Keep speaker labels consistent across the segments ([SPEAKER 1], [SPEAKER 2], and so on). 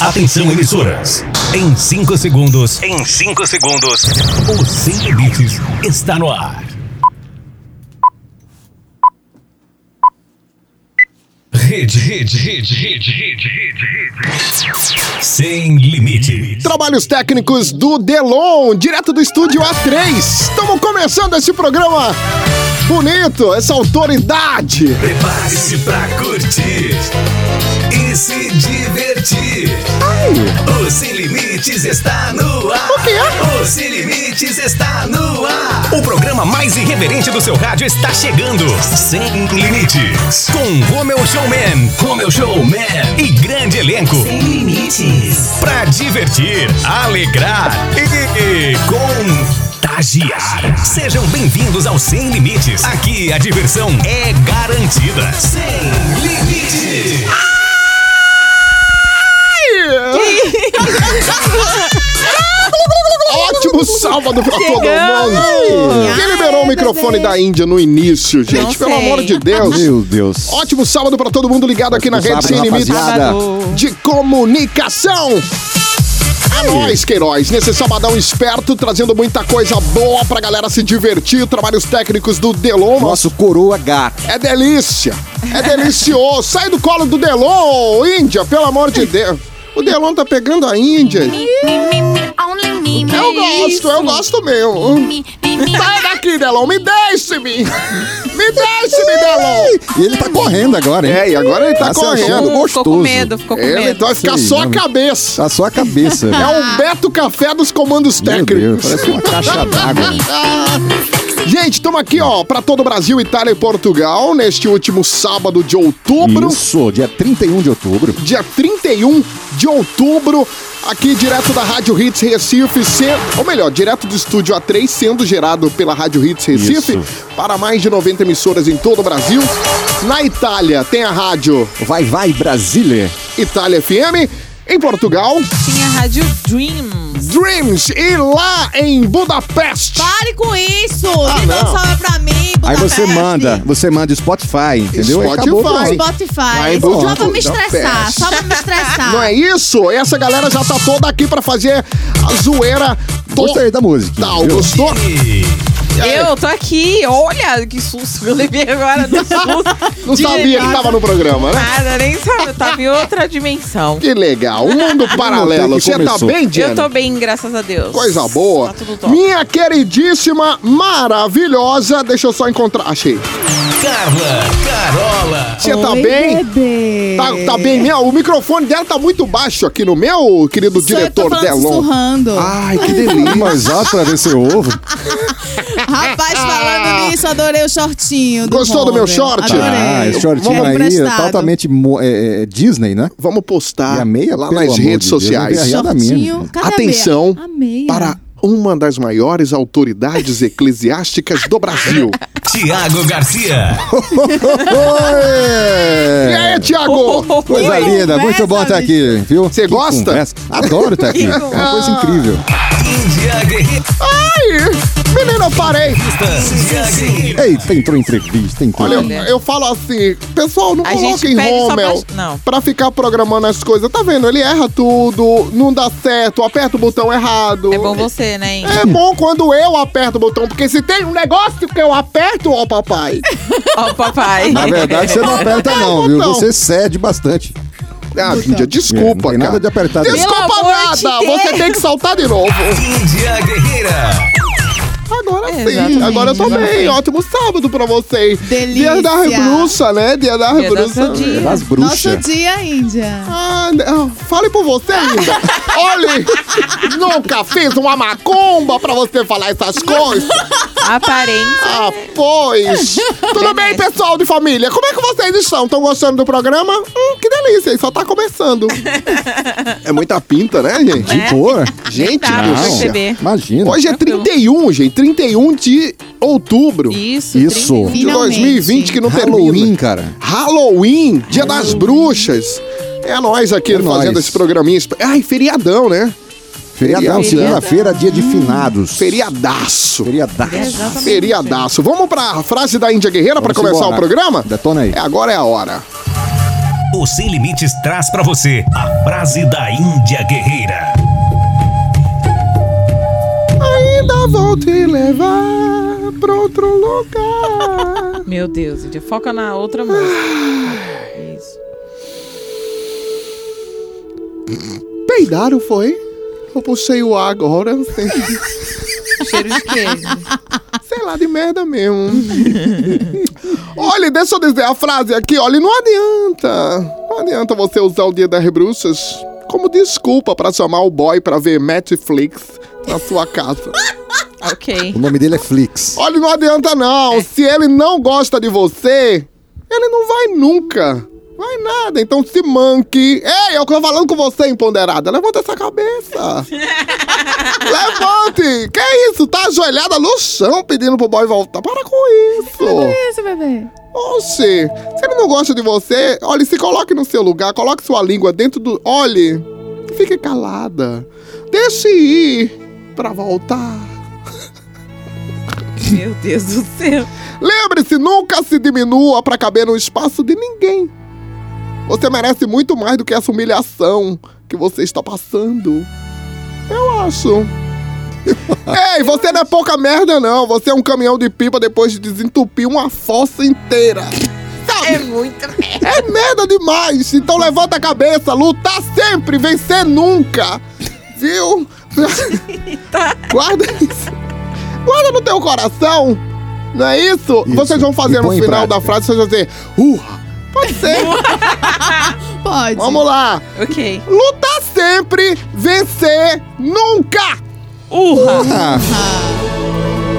[SPEAKER 1] Atenção, emissoras. Em 5 segundos. Em 5 segundos. O Sem Limites está no ar. Rede, rede, rede, rede, rede, rede, rede. Sem limites.
[SPEAKER 2] Trabalhos técnicos do Delon, direto do estúdio A3. Estamos começando esse programa bonito, essa autoridade.
[SPEAKER 1] Prepare-se pra curtir e se divertir. O Sem Limites está no ar.
[SPEAKER 2] O quê?
[SPEAKER 1] O Sem Limites está no ar. O programa mais irreverente do seu rádio está chegando. Sem Limites. Com Romeu Showman. Romeu Showman. E grande elenco. Sem Limites. Pra divertir, alegrar e, e contagiar. Sejam bem-vindos ao Sem Limites. Aqui a diversão é garantida. Sem Limites.
[SPEAKER 2] Ótimo sábado pra todo mundo.
[SPEAKER 3] Chegamos.
[SPEAKER 2] Quem liberou o microfone da Índia no início, gente?
[SPEAKER 3] Não
[SPEAKER 2] Pelo
[SPEAKER 3] sei.
[SPEAKER 2] amor de Deus.
[SPEAKER 4] Meu Deus.
[SPEAKER 2] Ótimo sábado pra todo mundo ligado aqui na
[SPEAKER 4] Ótimo
[SPEAKER 2] Rede Sem
[SPEAKER 4] sábado,
[SPEAKER 2] Limites
[SPEAKER 4] rapaziada.
[SPEAKER 2] de Comunicação. A nós, Queiroz, nesse sabadão esperto, trazendo muita coisa boa pra galera se divertir, trabalhos técnicos do Delon.
[SPEAKER 4] Nosso coroa gato.
[SPEAKER 2] É delícia! É delicioso! Sai do colo do Delon, Índia, pelo amor de Deus! O Delon tá pegando a Índia. Eu gosto, eu gosto mesmo. Sai daqui, Delon, me deixe-me! Me deixe-me, Delon!
[SPEAKER 4] E ele tá correndo agora, hein?
[SPEAKER 2] É, e agora ele tá
[SPEAKER 4] se achando
[SPEAKER 2] correndo.
[SPEAKER 3] Hum,
[SPEAKER 4] gostoso.
[SPEAKER 3] ficou com medo, ficou com
[SPEAKER 2] Ele tá-
[SPEAKER 3] medo. Ah.
[SPEAKER 2] vai ficar
[SPEAKER 4] Sei,
[SPEAKER 2] só a
[SPEAKER 4] não.
[SPEAKER 2] cabeça.
[SPEAKER 4] Tá só a cabeça.
[SPEAKER 2] É o Beto Café dos comandos
[SPEAKER 4] Meu Deus,
[SPEAKER 2] técnicos.
[SPEAKER 4] parece uma caixa d'água.
[SPEAKER 2] Gente, estamos aqui, ó, pra todo o Brasil, Itália e Portugal, neste último sábado de outubro.
[SPEAKER 4] Isso, dia 31 de outubro.
[SPEAKER 2] dia 31 de outubro, aqui direto da Rádio Hits Recife, se- ou melhor, direto do estúdio A3, sendo gerado pela Rádio Hits Recife,
[SPEAKER 4] Isso.
[SPEAKER 2] para mais de 90 emissoras em todo o Brasil. Na Itália tem a rádio
[SPEAKER 4] Vai, vai, Brasília.
[SPEAKER 2] Itália FM. Em Portugal,
[SPEAKER 3] Tinha rádio Dreams.
[SPEAKER 2] Dreams. E lá em Budapeste.
[SPEAKER 3] Pare com isso! Vem dar
[SPEAKER 2] Ah, não.
[SPEAKER 3] um salve pra mim,
[SPEAKER 4] Aí você
[SPEAKER 3] Budapeste.
[SPEAKER 4] manda, você manda Spotify, entendeu? Aí acabou pra
[SPEAKER 2] Spotify.
[SPEAKER 4] você.
[SPEAKER 3] Spotify.
[SPEAKER 2] Aí,
[SPEAKER 3] só
[SPEAKER 2] pronto,
[SPEAKER 3] pra me
[SPEAKER 2] Budapeste.
[SPEAKER 3] estressar, só pra me estressar.
[SPEAKER 2] Não é isso? Essa galera já tá toda aqui para fazer a zoeira
[SPEAKER 4] Gostei da música.
[SPEAKER 2] total. Gostou?
[SPEAKER 3] Eu tô aqui, olha que susto que eu levei agora do susto.
[SPEAKER 2] Não
[SPEAKER 3] De
[SPEAKER 2] sabia que
[SPEAKER 3] nada,
[SPEAKER 2] tava no programa, né?
[SPEAKER 3] Nada, nem sabe, eu tava em outra dimensão.
[SPEAKER 2] Que legal, um mundo paralelo.
[SPEAKER 4] que
[SPEAKER 2] Você tá
[SPEAKER 4] começou.
[SPEAKER 2] bem, Jenny?
[SPEAKER 3] Eu tô bem, graças a Deus.
[SPEAKER 2] Coisa boa.
[SPEAKER 3] Tá tudo top.
[SPEAKER 2] Minha queridíssima, maravilhosa, deixa eu só encontrar, achei.
[SPEAKER 1] Carla Carola.
[SPEAKER 2] Você tá bem? Tá, tá bem mesmo? O microfone dela tá muito baixo aqui no meu, querido
[SPEAKER 4] tá
[SPEAKER 5] Só eu tô
[SPEAKER 2] diretor
[SPEAKER 5] falando
[SPEAKER 2] Delon.
[SPEAKER 5] sussurrando.
[SPEAKER 4] Ai, que delícia. Mas alto pra ver seu ovo.
[SPEAKER 5] Rapaz, falando nisso, adorei o shortinho. Do
[SPEAKER 2] Ah. Gostou do meu
[SPEAKER 5] Homer.
[SPEAKER 2] short?
[SPEAKER 5] Adorei.
[SPEAKER 4] Ah, esse shortinho
[SPEAKER 5] Quero
[SPEAKER 4] aí,
[SPEAKER 5] emprestado.
[SPEAKER 4] totalmente mo- é, é, Disney, né?
[SPEAKER 2] Vamos postar
[SPEAKER 4] E a meia,
[SPEAKER 2] lá
[SPEAKER 4] pelo
[SPEAKER 2] nas
[SPEAKER 4] amor
[SPEAKER 2] redes
[SPEAKER 4] de Deus,
[SPEAKER 2] sociais.
[SPEAKER 4] não tem a- é da minha.
[SPEAKER 5] Shortinho, cadê a meia?
[SPEAKER 2] Atenção
[SPEAKER 5] A meia.
[SPEAKER 2] para uma das maiores autoridades eclesiásticas do Brasil.
[SPEAKER 1] Tiago Garcia.
[SPEAKER 2] E
[SPEAKER 4] Oi!
[SPEAKER 2] aí, Tiago?
[SPEAKER 4] Coisa
[SPEAKER 5] Que
[SPEAKER 4] linda, muito
[SPEAKER 5] conversa,
[SPEAKER 4] bom estar aqui, viu?
[SPEAKER 2] Você
[SPEAKER 4] Que
[SPEAKER 2] gosta?
[SPEAKER 4] conversa. Adoro estar aqui.
[SPEAKER 3] Que
[SPEAKER 4] É uma coisa
[SPEAKER 2] conversa.
[SPEAKER 4] incrível.
[SPEAKER 1] Índia Guerrista.
[SPEAKER 2] Ai, menino, eu parei.
[SPEAKER 1] Índia Guerrista.
[SPEAKER 4] Eita, entrou entrevista, entrou.
[SPEAKER 2] Olha,
[SPEAKER 3] Olha.
[SPEAKER 2] eu falo assim, pessoal, não
[SPEAKER 3] A
[SPEAKER 2] coloquem
[SPEAKER 3] gente pede só pra-
[SPEAKER 2] Rommel pra...
[SPEAKER 3] não.
[SPEAKER 2] ficar programando as coisas. Tá vendo? Ele erra tudo, não dá certo, aperta o botão errado.
[SPEAKER 3] É bom você, né, hein?
[SPEAKER 2] É bom quando eu aperto o botão, porque se tem um negócio que eu aperto, ó papai.
[SPEAKER 3] Ó, o papai.
[SPEAKER 4] Na verdade, você
[SPEAKER 2] tá
[SPEAKER 4] não aperta não, viu? Você cede bastante.
[SPEAKER 2] Ah, Lídia,
[SPEAKER 4] É, não
[SPEAKER 2] desculpa, cara.
[SPEAKER 4] tem nada de apertar. não.
[SPEAKER 3] Pelo
[SPEAKER 2] Desculpa
[SPEAKER 3] amor
[SPEAKER 2] nada,
[SPEAKER 3] de Deus.
[SPEAKER 2] você tem que saltar de novo.
[SPEAKER 1] Índia Guerreira.
[SPEAKER 2] Agora sim,
[SPEAKER 3] Exatamente,
[SPEAKER 2] agora eu tô bem.
[SPEAKER 3] exatamente.
[SPEAKER 2] Ótimo sábado pra vocês.
[SPEAKER 5] Delícia.
[SPEAKER 2] Dia da Rebruça, né? Dia da
[SPEAKER 3] Dia da
[SPEAKER 2] Rebruça.
[SPEAKER 3] Sandinha.
[SPEAKER 4] É das
[SPEAKER 5] Nosso
[SPEAKER 4] bruxas.
[SPEAKER 5] dia, Índia.
[SPEAKER 2] Ah, não. fale por você ainda. Olhe, nunca fiz uma macumba pra você falar essas coisas.
[SPEAKER 3] Aparência.
[SPEAKER 2] Ah, pois. Tudo bem, pessoal de família? Como é que vocês estão? Estão gostando do programa? Hum, que delícia, ele só tá começando. É muita pinta, né, gente?
[SPEAKER 4] De boa.
[SPEAKER 2] Gente,
[SPEAKER 4] Tá,
[SPEAKER 3] Dá
[SPEAKER 2] do
[SPEAKER 3] pra
[SPEAKER 2] céu.
[SPEAKER 3] perceber.
[SPEAKER 4] Imagina.
[SPEAKER 2] Hoje é 31, gente. 31 de outubro
[SPEAKER 3] Isso,
[SPEAKER 4] Isso.
[SPEAKER 3] 31.
[SPEAKER 2] de
[SPEAKER 5] Finalmente.
[SPEAKER 2] 2020 que não
[SPEAKER 4] Halloween,
[SPEAKER 2] termina.
[SPEAKER 4] cara.
[SPEAKER 2] Halloween, Dia das Bruxas. É nós aqui
[SPEAKER 4] É
[SPEAKER 2] fazendo
[SPEAKER 4] nós.
[SPEAKER 2] esse programinha. esp- Ai, feriadão, né?
[SPEAKER 4] Feriadão,
[SPEAKER 2] Feriadão.
[SPEAKER 4] segunda-feira, dia de finados.
[SPEAKER 2] Feriadaço.
[SPEAKER 4] Feriadaço.
[SPEAKER 2] Feriadaço. Vamos pra frase da Índia Guerreira pra
[SPEAKER 4] Vamos
[SPEAKER 2] começar É,
[SPEAKER 4] embora.
[SPEAKER 2] o programa?
[SPEAKER 4] Detona aí.
[SPEAKER 2] É, agora é a hora.
[SPEAKER 1] O Sem Limites traz pra você a frase da Índia Guerreira.
[SPEAKER 2] Ainda vou te levar pra outro lugar.
[SPEAKER 3] Meu Deus, Índia. Foca na outra música. Isso.
[SPEAKER 2] Peidaram, foi? Eu puxei o ar agora. tem-
[SPEAKER 3] Cheiro de queijo.
[SPEAKER 2] Sei lá, de merda mesmo. olha, deixa eu dizer a frase aqui. Olha, não adianta. Não adianta você usar o Dia das Bruxas como desculpa pra chamar o boy pra ver Netflix na sua casa.
[SPEAKER 3] ok.
[SPEAKER 4] O nome dele é Flix.
[SPEAKER 2] Olha, não adianta não.
[SPEAKER 5] É.
[SPEAKER 2] Se ele não gosta de você, ele não vai nunca. Vai nada. Então se manque. Ei, é eu tô falando com você, empoderada. Levanta essa cabeça. Levante. Que isso? Tá ajoelhada no chão pedindo pro boy voltar. Para com isso.
[SPEAKER 5] Isso, bebê.
[SPEAKER 2] Oxe, se ele não gosta de você, olhe, se coloque no seu lugar, coloque sua língua dentro do. Olhe, fique calada. Deixe ir pra voltar.
[SPEAKER 3] Meu Deus do céu.
[SPEAKER 2] Lembre-se, nunca se diminua pra caber no espaço de ninguém. Você merece muito mais do que essa humilhação que você está passando. Eu acho. Ei, você não é pouca merda, não. Você é um caminhão de pipa depois de desentupir uma fossa inteira.
[SPEAKER 3] É muito merda.
[SPEAKER 2] É merda demais! Então levanta a cabeça, lutar sempre, vencer nunca! Viu?
[SPEAKER 3] Tá.
[SPEAKER 2] Guarda isso! Guarda no teu coração! Não é isso?
[SPEAKER 4] Isso.
[SPEAKER 2] Vocês vão
[SPEAKER 4] E
[SPEAKER 2] fazer no
[SPEAKER 4] põe em
[SPEAKER 2] final da
[SPEAKER 4] prática.
[SPEAKER 2] frase, vocês vão dizer, urra! Pode ser!
[SPEAKER 5] Pode.
[SPEAKER 2] Vamos lá!
[SPEAKER 3] Ok.
[SPEAKER 2] Lutar sempre, vencer nunca!
[SPEAKER 3] Urra.
[SPEAKER 4] Ah,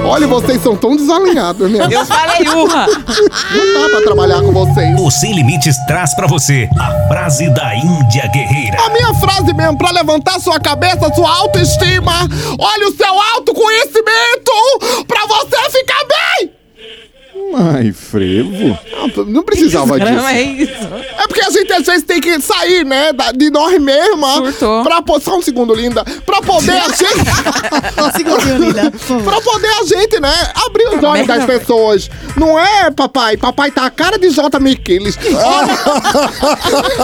[SPEAKER 2] Olha, vocês são tão desalinhados, né?
[SPEAKER 3] Eu falei urra.
[SPEAKER 2] Não dá pra trabalhar com vocês.
[SPEAKER 1] O Sem Limites traz pra você a frase da Índia Guerreira.
[SPEAKER 2] É A minha frase mesmo, pra levantar sua cabeça, sua autoestima. Olha o seu autoconhecimento pra você ficar bem. Ah,
[SPEAKER 4] Ai, frevo.
[SPEAKER 2] Não, não precisava
[SPEAKER 3] Não
[SPEAKER 2] disso.
[SPEAKER 3] é isso.
[SPEAKER 2] É porque a gente às vezes tem que sair, né, da- de nós mesma.
[SPEAKER 3] Surtou.
[SPEAKER 2] Pra, po- só um segundo, linda. Pra poder a gente...
[SPEAKER 5] Segura, Linda. por favor.
[SPEAKER 2] Pra poder a gente, né, abrir os olhos
[SPEAKER 3] merda,
[SPEAKER 2] das pessoas. Não é, papai? Papai tá a cara de J. Miquiles. Olha,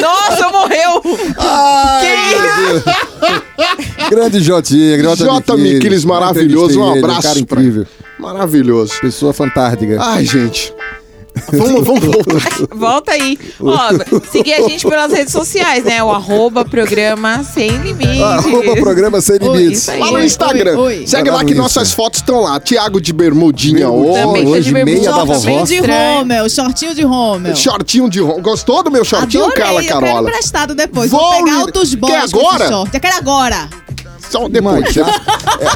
[SPEAKER 3] Nossa, morreu.
[SPEAKER 4] Ai,
[SPEAKER 3] Que
[SPEAKER 4] grande Jotinha, grande
[SPEAKER 2] J. Miquiles maravilhoso. Um
[SPEAKER 4] Entrevistei ele,
[SPEAKER 2] abraço.
[SPEAKER 4] Cara
[SPEAKER 2] pra- Ah,
[SPEAKER 4] incrível.
[SPEAKER 2] Maravilhoso.
[SPEAKER 4] Pessoa fantástica.
[SPEAKER 2] Ai, gente. Vamos, vamos voltar.
[SPEAKER 3] isso? Volta aí. Ó, seguir a gente pelas redes sociais, né? O arroba programa sem limites.
[SPEAKER 4] Arroba programa sem
[SPEAKER 3] Oi,
[SPEAKER 4] limites.
[SPEAKER 3] isso aí.
[SPEAKER 2] Lá no
[SPEAKER 3] Oi,
[SPEAKER 2] Instagram.
[SPEAKER 5] oi, oi.
[SPEAKER 2] Segue
[SPEAKER 4] Tá
[SPEAKER 2] lá
[SPEAKER 4] lá
[SPEAKER 2] que
[SPEAKER 4] no
[SPEAKER 2] nossas
[SPEAKER 4] Insta.
[SPEAKER 2] fotos estão lá. Tiago de bermudinha
[SPEAKER 3] Também
[SPEAKER 2] hoje.
[SPEAKER 3] tá
[SPEAKER 4] hoje,
[SPEAKER 3] de bermuda,
[SPEAKER 4] meia da
[SPEAKER 3] também
[SPEAKER 4] vovó.
[SPEAKER 5] Shortinho de
[SPEAKER 3] Estranho.
[SPEAKER 5] Rommel. Shortinho de Rommel.
[SPEAKER 2] Shortinho de rom. Gostou do meu shortinho,
[SPEAKER 5] Adorei,
[SPEAKER 2] Carla
[SPEAKER 5] Eu quero um
[SPEAKER 2] Carola?
[SPEAKER 5] emprestado depois.
[SPEAKER 2] Vou,
[SPEAKER 5] Vou pegar
[SPEAKER 2] Linda.
[SPEAKER 5] o dos bons.
[SPEAKER 2] Quer
[SPEAKER 5] com esse
[SPEAKER 2] agora?
[SPEAKER 5] short. Eu quero agora.
[SPEAKER 2] Só
[SPEAKER 4] Mãe,
[SPEAKER 2] depois. tá?
[SPEAKER 4] já,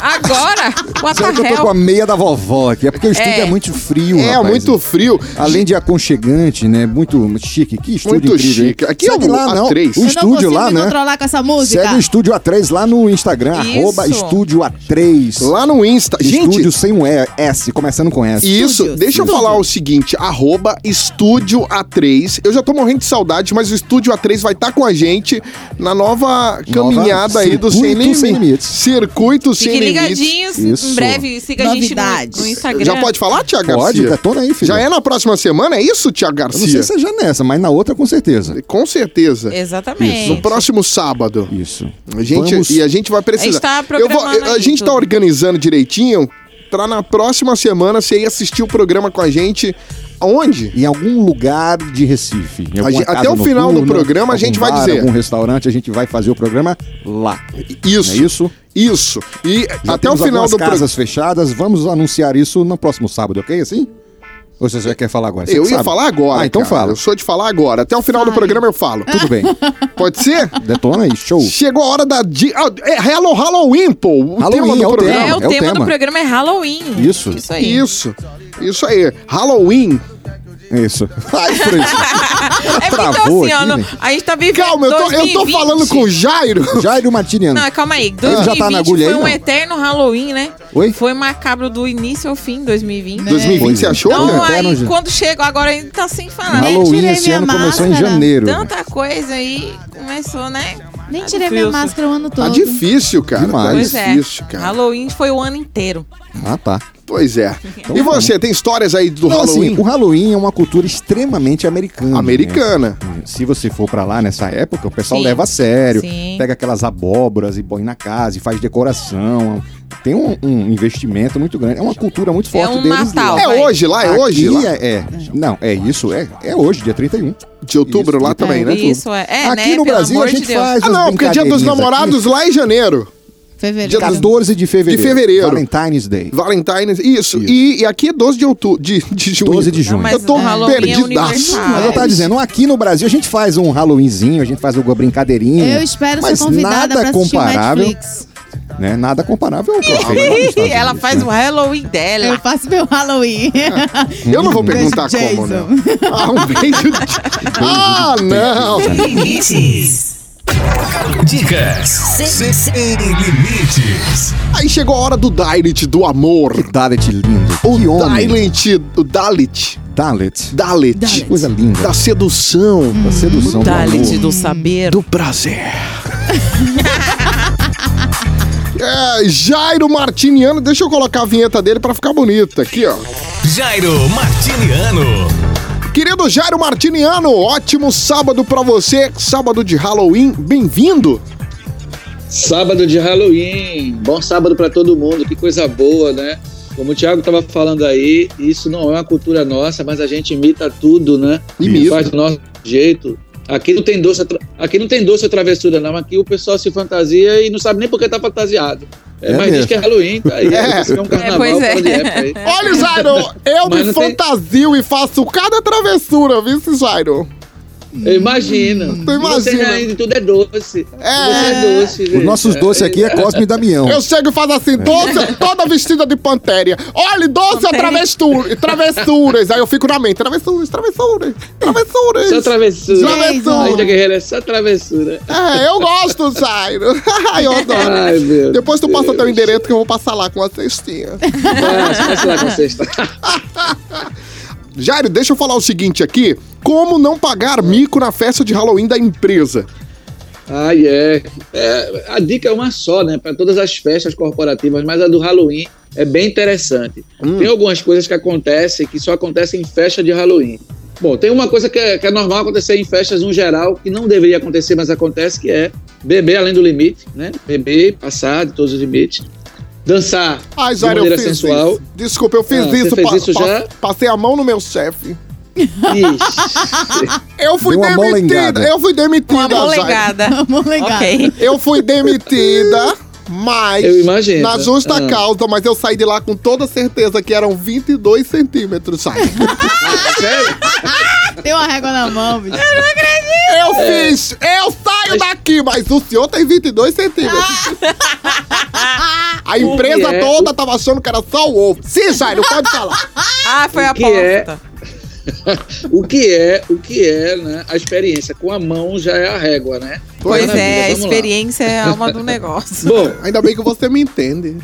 [SPEAKER 3] Agora, o
[SPEAKER 4] já que eu tô com a
[SPEAKER 3] Atarrel.
[SPEAKER 4] meia da vovó aqui. É porque o estúdio
[SPEAKER 3] É.
[SPEAKER 4] é, muito frio,
[SPEAKER 2] É,
[SPEAKER 4] rapaz.
[SPEAKER 2] muito frio.
[SPEAKER 4] Além de aconchegante, né? Muito chique. Que estúdio
[SPEAKER 2] Muito
[SPEAKER 4] incrível, hein?
[SPEAKER 2] chique. Aqui é
[SPEAKER 4] Segue
[SPEAKER 2] o-
[SPEAKER 4] lá,
[SPEAKER 2] a
[SPEAKER 4] não.
[SPEAKER 2] três.
[SPEAKER 4] O
[SPEAKER 5] eu não
[SPEAKER 4] estúdio
[SPEAKER 5] consigo
[SPEAKER 4] lá,
[SPEAKER 5] me
[SPEAKER 4] né?
[SPEAKER 5] controlar com essa música.
[SPEAKER 4] Segue o Estúdio A3 lá no Instagram,
[SPEAKER 3] Isso.
[SPEAKER 4] arroba Estúdio A3.
[SPEAKER 2] Lá no Insta.
[SPEAKER 4] Estúdio
[SPEAKER 2] Gente,
[SPEAKER 4] sem um E, S, começando com S.
[SPEAKER 2] isso.
[SPEAKER 5] Estúdio,
[SPEAKER 2] Deixa eu
[SPEAKER 5] estúdio.
[SPEAKER 2] falar o seguinte. Arroba Estúdio A3. Eu já tô morrendo de saudade, mas o Estúdio A3 vai estar com a gente na nova caminhada aí do Sem
[SPEAKER 4] Circuito
[SPEAKER 2] Limites.
[SPEAKER 4] Sem Limites.
[SPEAKER 2] Circuito Sem
[SPEAKER 3] Fiquem
[SPEAKER 2] Limites.
[SPEAKER 3] ligadinhos. Em
[SPEAKER 4] Isso.
[SPEAKER 3] breve, siga a gente
[SPEAKER 5] Novidades.
[SPEAKER 3] no- no, Instagram.
[SPEAKER 2] Já pode falar, Tiago
[SPEAKER 4] Pode,
[SPEAKER 2] Garcia?
[SPEAKER 4] detona aí, filho.
[SPEAKER 2] Já é na próxima semana, é isso, Tiago
[SPEAKER 4] Eu não sei
[SPEAKER 2] Garcia?
[SPEAKER 4] se é já nessa, mas na outra com certeza.
[SPEAKER 2] Com certeza.
[SPEAKER 3] Exatamente.
[SPEAKER 2] No próximo sábado.
[SPEAKER 4] Isso.
[SPEAKER 2] A gente,
[SPEAKER 4] Vamos-
[SPEAKER 2] e a gente vai precisar.
[SPEAKER 3] A gente tá
[SPEAKER 2] eu
[SPEAKER 3] programando
[SPEAKER 2] vou, eu- a
[SPEAKER 3] aí
[SPEAKER 2] gente tá
[SPEAKER 3] tudo.
[SPEAKER 2] organizando direitinho pra na próxima semana você ir assistir o programa com a gente. Aonde?
[SPEAKER 4] Em algum lugar de Recife. em alguma
[SPEAKER 2] A gente-
[SPEAKER 4] casa
[SPEAKER 2] até o final do
[SPEAKER 4] noturna,
[SPEAKER 2] programa a gente vai
[SPEAKER 4] algum bar,
[SPEAKER 2] dizer.
[SPEAKER 4] Algum restaurante, a gente vai fazer o programa lá.
[SPEAKER 2] Isso.
[SPEAKER 4] Não é isso?
[SPEAKER 2] Isso. E
[SPEAKER 4] Já
[SPEAKER 2] até o
[SPEAKER 4] temos
[SPEAKER 2] final
[SPEAKER 4] algumas
[SPEAKER 2] do programa.
[SPEAKER 4] casas fechadas, vamos anunciar isso no próximo sábado, ok? Assim? Ou você já quer falar agora? Você
[SPEAKER 2] Eu
[SPEAKER 4] que
[SPEAKER 2] ia
[SPEAKER 4] sabe.
[SPEAKER 2] falar agora.
[SPEAKER 4] Ah, então
[SPEAKER 2] cara.
[SPEAKER 4] fala.
[SPEAKER 2] Eu sou de falar agora. Até o final do programa eu falo.
[SPEAKER 4] Tudo bem.
[SPEAKER 2] Pode ser?
[SPEAKER 4] Detona aí, show.
[SPEAKER 2] Chegou a hora da. di- Ah, é Hello Halloween, pô. O
[SPEAKER 4] Halloween,
[SPEAKER 2] tema do
[SPEAKER 4] é o
[SPEAKER 2] programa.
[SPEAKER 3] É,
[SPEAKER 4] Não,
[SPEAKER 3] o
[SPEAKER 4] é o
[SPEAKER 3] tema do
[SPEAKER 4] tema.
[SPEAKER 3] programa é Halloween.
[SPEAKER 4] Isso.
[SPEAKER 3] Isso aí.
[SPEAKER 2] Isso. Isso aí. Halloween.
[SPEAKER 4] Isso. Ai, Francisco.
[SPEAKER 3] É porque então,
[SPEAKER 4] Travou
[SPEAKER 3] assim, ó,
[SPEAKER 4] aqui,
[SPEAKER 3] no-
[SPEAKER 4] velho.
[SPEAKER 3] a gente tá vivendo.
[SPEAKER 2] Calma, eu tô, eu tô
[SPEAKER 3] 2020.
[SPEAKER 2] falando com o Jairo.
[SPEAKER 4] Jairo Martiniano.
[SPEAKER 3] Não, calma aí.
[SPEAKER 4] já
[SPEAKER 3] 2020
[SPEAKER 4] tá na agulha
[SPEAKER 3] foi
[SPEAKER 4] aí,
[SPEAKER 3] um
[SPEAKER 4] não?
[SPEAKER 3] eterno Halloween, né?
[SPEAKER 4] Oi?
[SPEAKER 3] Foi macabro do início ao fim, 2020.
[SPEAKER 2] 2020, você
[SPEAKER 4] Pois é.
[SPEAKER 2] achou?
[SPEAKER 3] Então,
[SPEAKER 4] né?
[SPEAKER 3] aí,
[SPEAKER 4] Eterno já.
[SPEAKER 3] quando chegou agora, ainda tá sem falar. né?
[SPEAKER 5] tirei
[SPEAKER 4] Halloween
[SPEAKER 5] minha
[SPEAKER 4] esse ano começou em
[SPEAKER 5] máscara.
[SPEAKER 4] janeiro.
[SPEAKER 3] Tanta coisa aí começou, né?
[SPEAKER 5] Nem
[SPEAKER 3] Tá
[SPEAKER 5] tirei minha
[SPEAKER 3] difícil.
[SPEAKER 5] máscara o ano todo.
[SPEAKER 2] Tá difícil, cara.
[SPEAKER 4] Demais.
[SPEAKER 2] Tá
[SPEAKER 3] é Pois é.
[SPEAKER 2] difícil, cara.
[SPEAKER 3] Halloween foi o ano inteiro.
[SPEAKER 4] Ah, tá.
[SPEAKER 2] Pois é.
[SPEAKER 4] Então
[SPEAKER 2] e
[SPEAKER 4] vamos.
[SPEAKER 2] você, tem histórias aí do
[SPEAKER 4] Não,
[SPEAKER 2] Halloween?
[SPEAKER 4] assim, o Halloween é uma cultura extremamente americana.
[SPEAKER 2] Americana.
[SPEAKER 4] né? Se você for pra lá nessa época, o pessoal
[SPEAKER 3] Sim.
[SPEAKER 4] leva a sério.
[SPEAKER 3] Sim.
[SPEAKER 4] Pega aquelas abóboras e põe na casa e faz decoração. Tem um, um investimento muito grande. É uma cultura muito
[SPEAKER 3] É
[SPEAKER 4] forte
[SPEAKER 3] um
[SPEAKER 4] deles.
[SPEAKER 3] Natal.
[SPEAKER 4] lá.
[SPEAKER 2] É
[SPEAKER 3] vai.
[SPEAKER 2] hoje lá, é
[SPEAKER 4] Aqui
[SPEAKER 2] hoje lá.
[SPEAKER 4] É, é. Não, é isso, é, é hoje, dia 31.
[SPEAKER 2] De outubro
[SPEAKER 4] Isso,
[SPEAKER 2] lá
[SPEAKER 4] é,
[SPEAKER 2] também, né?
[SPEAKER 3] Isso, é. É,
[SPEAKER 4] aqui
[SPEAKER 3] né? Pelo
[SPEAKER 4] no Brasil
[SPEAKER 3] amor
[SPEAKER 4] a gente
[SPEAKER 3] de Deus.
[SPEAKER 4] faz.
[SPEAKER 2] Ah, não, porque é dia dos namorados lá em janeiro.
[SPEAKER 5] Fevereiro.
[SPEAKER 2] Dia das
[SPEAKER 5] Não,
[SPEAKER 4] 14 de fevereiro.
[SPEAKER 2] De fevereiro.
[SPEAKER 4] Valentine's Day.
[SPEAKER 2] Valentine's, isso.
[SPEAKER 4] Isso.
[SPEAKER 2] E, e aqui é 12 de outubro, de, de junho.
[SPEAKER 4] 12 de
[SPEAKER 3] Não,
[SPEAKER 4] junho.
[SPEAKER 3] mas
[SPEAKER 2] Eu tô
[SPEAKER 3] o Halloween
[SPEAKER 2] perdidaço.
[SPEAKER 3] é universal.
[SPEAKER 4] Mas eu tava dizendo, aqui no Brasil a gente faz um Halloweenzinho, a gente faz alguma brincadeirinha.
[SPEAKER 5] Eu espero
[SPEAKER 4] assim. mas
[SPEAKER 5] ser convidada
[SPEAKER 4] nada
[SPEAKER 5] pra assistir
[SPEAKER 4] comparável,
[SPEAKER 5] Netflix.
[SPEAKER 4] Né? Nada comparável ao que é feito lá nos Estados
[SPEAKER 3] Ela
[SPEAKER 4] Unidos,
[SPEAKER 3] faz
[SPEAKER 4] né?
[SPEAKER 3] o Halloween
[SPEAKER 5] Eu
[SPEAKER 3] dela.
[SPEAKER 5] faço meu Halloween.
[SPEAKER 2] Eu não
[SPEAKER 4] um
[SPEAKER 2] vou perguntar
[SPEAKER 5] Beijo,
[SPEAKER 2] como, né?
[SPEAKER 5] Jason.
[SPEAKER 2] Ah, um beijo de...
[SPEAKER 4] Um
[SPEAKER 2] Ah, não!
[SPEAKER 4] né?
[SPEAKER 1] Limites. Dicas sem, sem limites.
[SPEAKER 2] Aí chegou a hora do Dalit do amor.
[SPEAKER 4] Dalit lindo. Que
[SPEAKER 2] O
[SPEAKER 4] homem.
[SPEAKER 2] Dalit, o Dalit,
[SPEAKER 4] Dalit.
[SPEAKER 2] Dalit.
[SPEAKER 5] Dalit.
[SPEAKER 4] Coisa linda.
[SPEAKER 2] Da sedução,
[SPEAKER 3] Hum,
[SPEAKER 4] Da sedução do
[SPEAKER 3] Dalit
[SPEAKER 4] amor.
[SPEAKER 3] Tá, do saber.
[SPEAKER 2] um do prazer. É, Jairo Martiniano, deixa eu colocar a vinheta dele pra ficar bonita aqui, ó.
[SPEAKER 1] Jairo Martiniano.
[SPEAKER 2] Querido Jairo Martiniano, ótimo sábado pra você, sábado de Halloween, bem-vindo.
[SPEAKER 6] Sábado de Halloween. Bom sábado para todo mundo. Que coisa boa, né? Como o Thiago estava falando aí, isso não é uma cultura nossa, mas a gente imita tudo, né?
[SPEAKER 2] Imita.
[SPEAKER 6] Faz do nosso jeito. Aqui não tem doce, atra- aqui não tem doce ou travessura não. Aqui o pessoal se fantasia e não sabe nem por que tá fantasiado. É,
[SPEAKER 4] É
[SPEAKER 6] mas
[SPEAKER 4] mesmo.
[SPEAKER 6] diz que é Halloween, tá aí.
[SPEAKER 2] É.
[SPEAKER 6] Isso é um carnaval
[SPEAKER 3] pois é.
[SPEAKER 6] fora de época aí.
[SPEAKER 2] Olha, Jairo, eu
[SPEAKER 6] Mas
[SPEAKER 2] me
[SPEAKER 6] não tem-
[SPEAKER 2] fantasio e faço cada travessura, viu, esse Jairo?
[SPEAKER 6] Eu imagino.
[SPEAKER 2] Tu
[SPEAKER 6] Vocês
[SPEAKER 2] imagina.
[SPEAKER 6] ainda tudo é doce.
[SPEAKER 2] É.
[SPEAKER 6] Você é doce.
[SPEAKER 4] Os
[SPEAKER 6] gente.
[SPEAKER 4] nossos doces aqui é Cosme e Damião.
[SPEAKER 2] Eu chego e faço
[SPEAKER 6] É.
[SPEAKER 2] assim, doce, toda vestida de pantéria. Olha, doce
[SPEAKER 3] Pantéria.
[SPEAKER 2] travessura, travessuras. Aí eu fico na mente, travessuras, travessuras, travessuras.
[SPEAKER 6] Só travessura.
[SPEAKER 2] Travessura.
[SPEAKER 6] Ainda guerreira é só travessura.
[SPEAKER 2] É, eu gosto, Jairo. Ai, eu adoro.
[SPEAKER 6] Ai, meu
[SPEAKER 2] Depois tu passa
[SPEAKER 6] Deus.
[SPEAKER 2] teu endereço que eu vou passar lá com a cestinha.
[SPEAKER 6] Passa, passa lá com a cesta.
[SPEAKER 2] Jairo, deixa eu falar o seguinte aqui. Como não pagar mico na festa de Halloween da empresa?
[SPEAKER 6] Ai, é. É, A dica é uma só, né? Para todas as festas corporativas, mas a do Halloween é bem interessante. Tem algumas coisas que acontecem que só acontecem em festa de Halloween. Bom, tem uma coisa que é, que é normal acontecer em festas no geral, que não deveria acontecer, mas acontece, que é beber além do limite, né? Beber, passar de todos os limites. Dançar
[SPEAKER 2] Ai,
[SPEAKER 6] de
[SPEAKER 2] Jairo, eu
[SPEAKER 6] maneira
[SPEAKER 2] fiz
[SPEAKER 6] sensual.
[SPEAKER 2] isso. Desculpa, eu fiz
[SPEAKER 6] Ah, você
[SPEAKER 2] isso.
[SPEAKER 6] fez isso já?
[SPEAKER 2] Passei a mão no meu chefe.
[SPEAKER 6] Ixi.
[SPEAKER 2] Eu fui
[SPEAKER 4] Deu uma
[SPEAKER 2] demitida.
[SPEAKER 4] molengada.
[SPEAKER 2] Eu fui
[SPEAKER 3] Uma
[SPEAKER 2] demitida, Jairo.
[SPEAKER 3] molegada.
[SPEAKER 5] Vamos legal.
[SPEAKER 3] Ok.
[SPEAKER 2] Eu fui demitida, mas.
[SPEAKER 6] Eu imagino.
[SPEAKER 2] Na justa
[SPEAKER 6] Ah.
[SPEAKER 2] causa, mas eu saí de lá com toda certeza que eram 22 centímetros, Jairo.
[SPEAKER 6] Sério?
[SPEAKER 5] Tem uma régua na mão, bicho.
[SPEAKER 2] Eu fiz! Eu saio daqui, mas o senhor tem 22 centímetros. A empresa
[SPEAKER 6] que é?
[SPEAKER 2] toda tava achando que era só o ovo. Sim, Jairo, pode falar.
[SPEAKER 3] Ah, foi a
[SPEAKER 6] O que é?
[SPEAKER 3] aposta.
[SPEAKER 6] O que é, o que é, né? A experiência com a mão já é a régua, né?
[SPEAKER 3] Pois
[SPEAKER 6] Maravilha,
[SPEAKER 3] é, a
[SPEAKER 6] vamos lá.
[SPEAKER 3] experiência é a alma do negócio.
[SPEAKER 6] Bom,
[SPEAKER 2] Ainda bem que você me entende.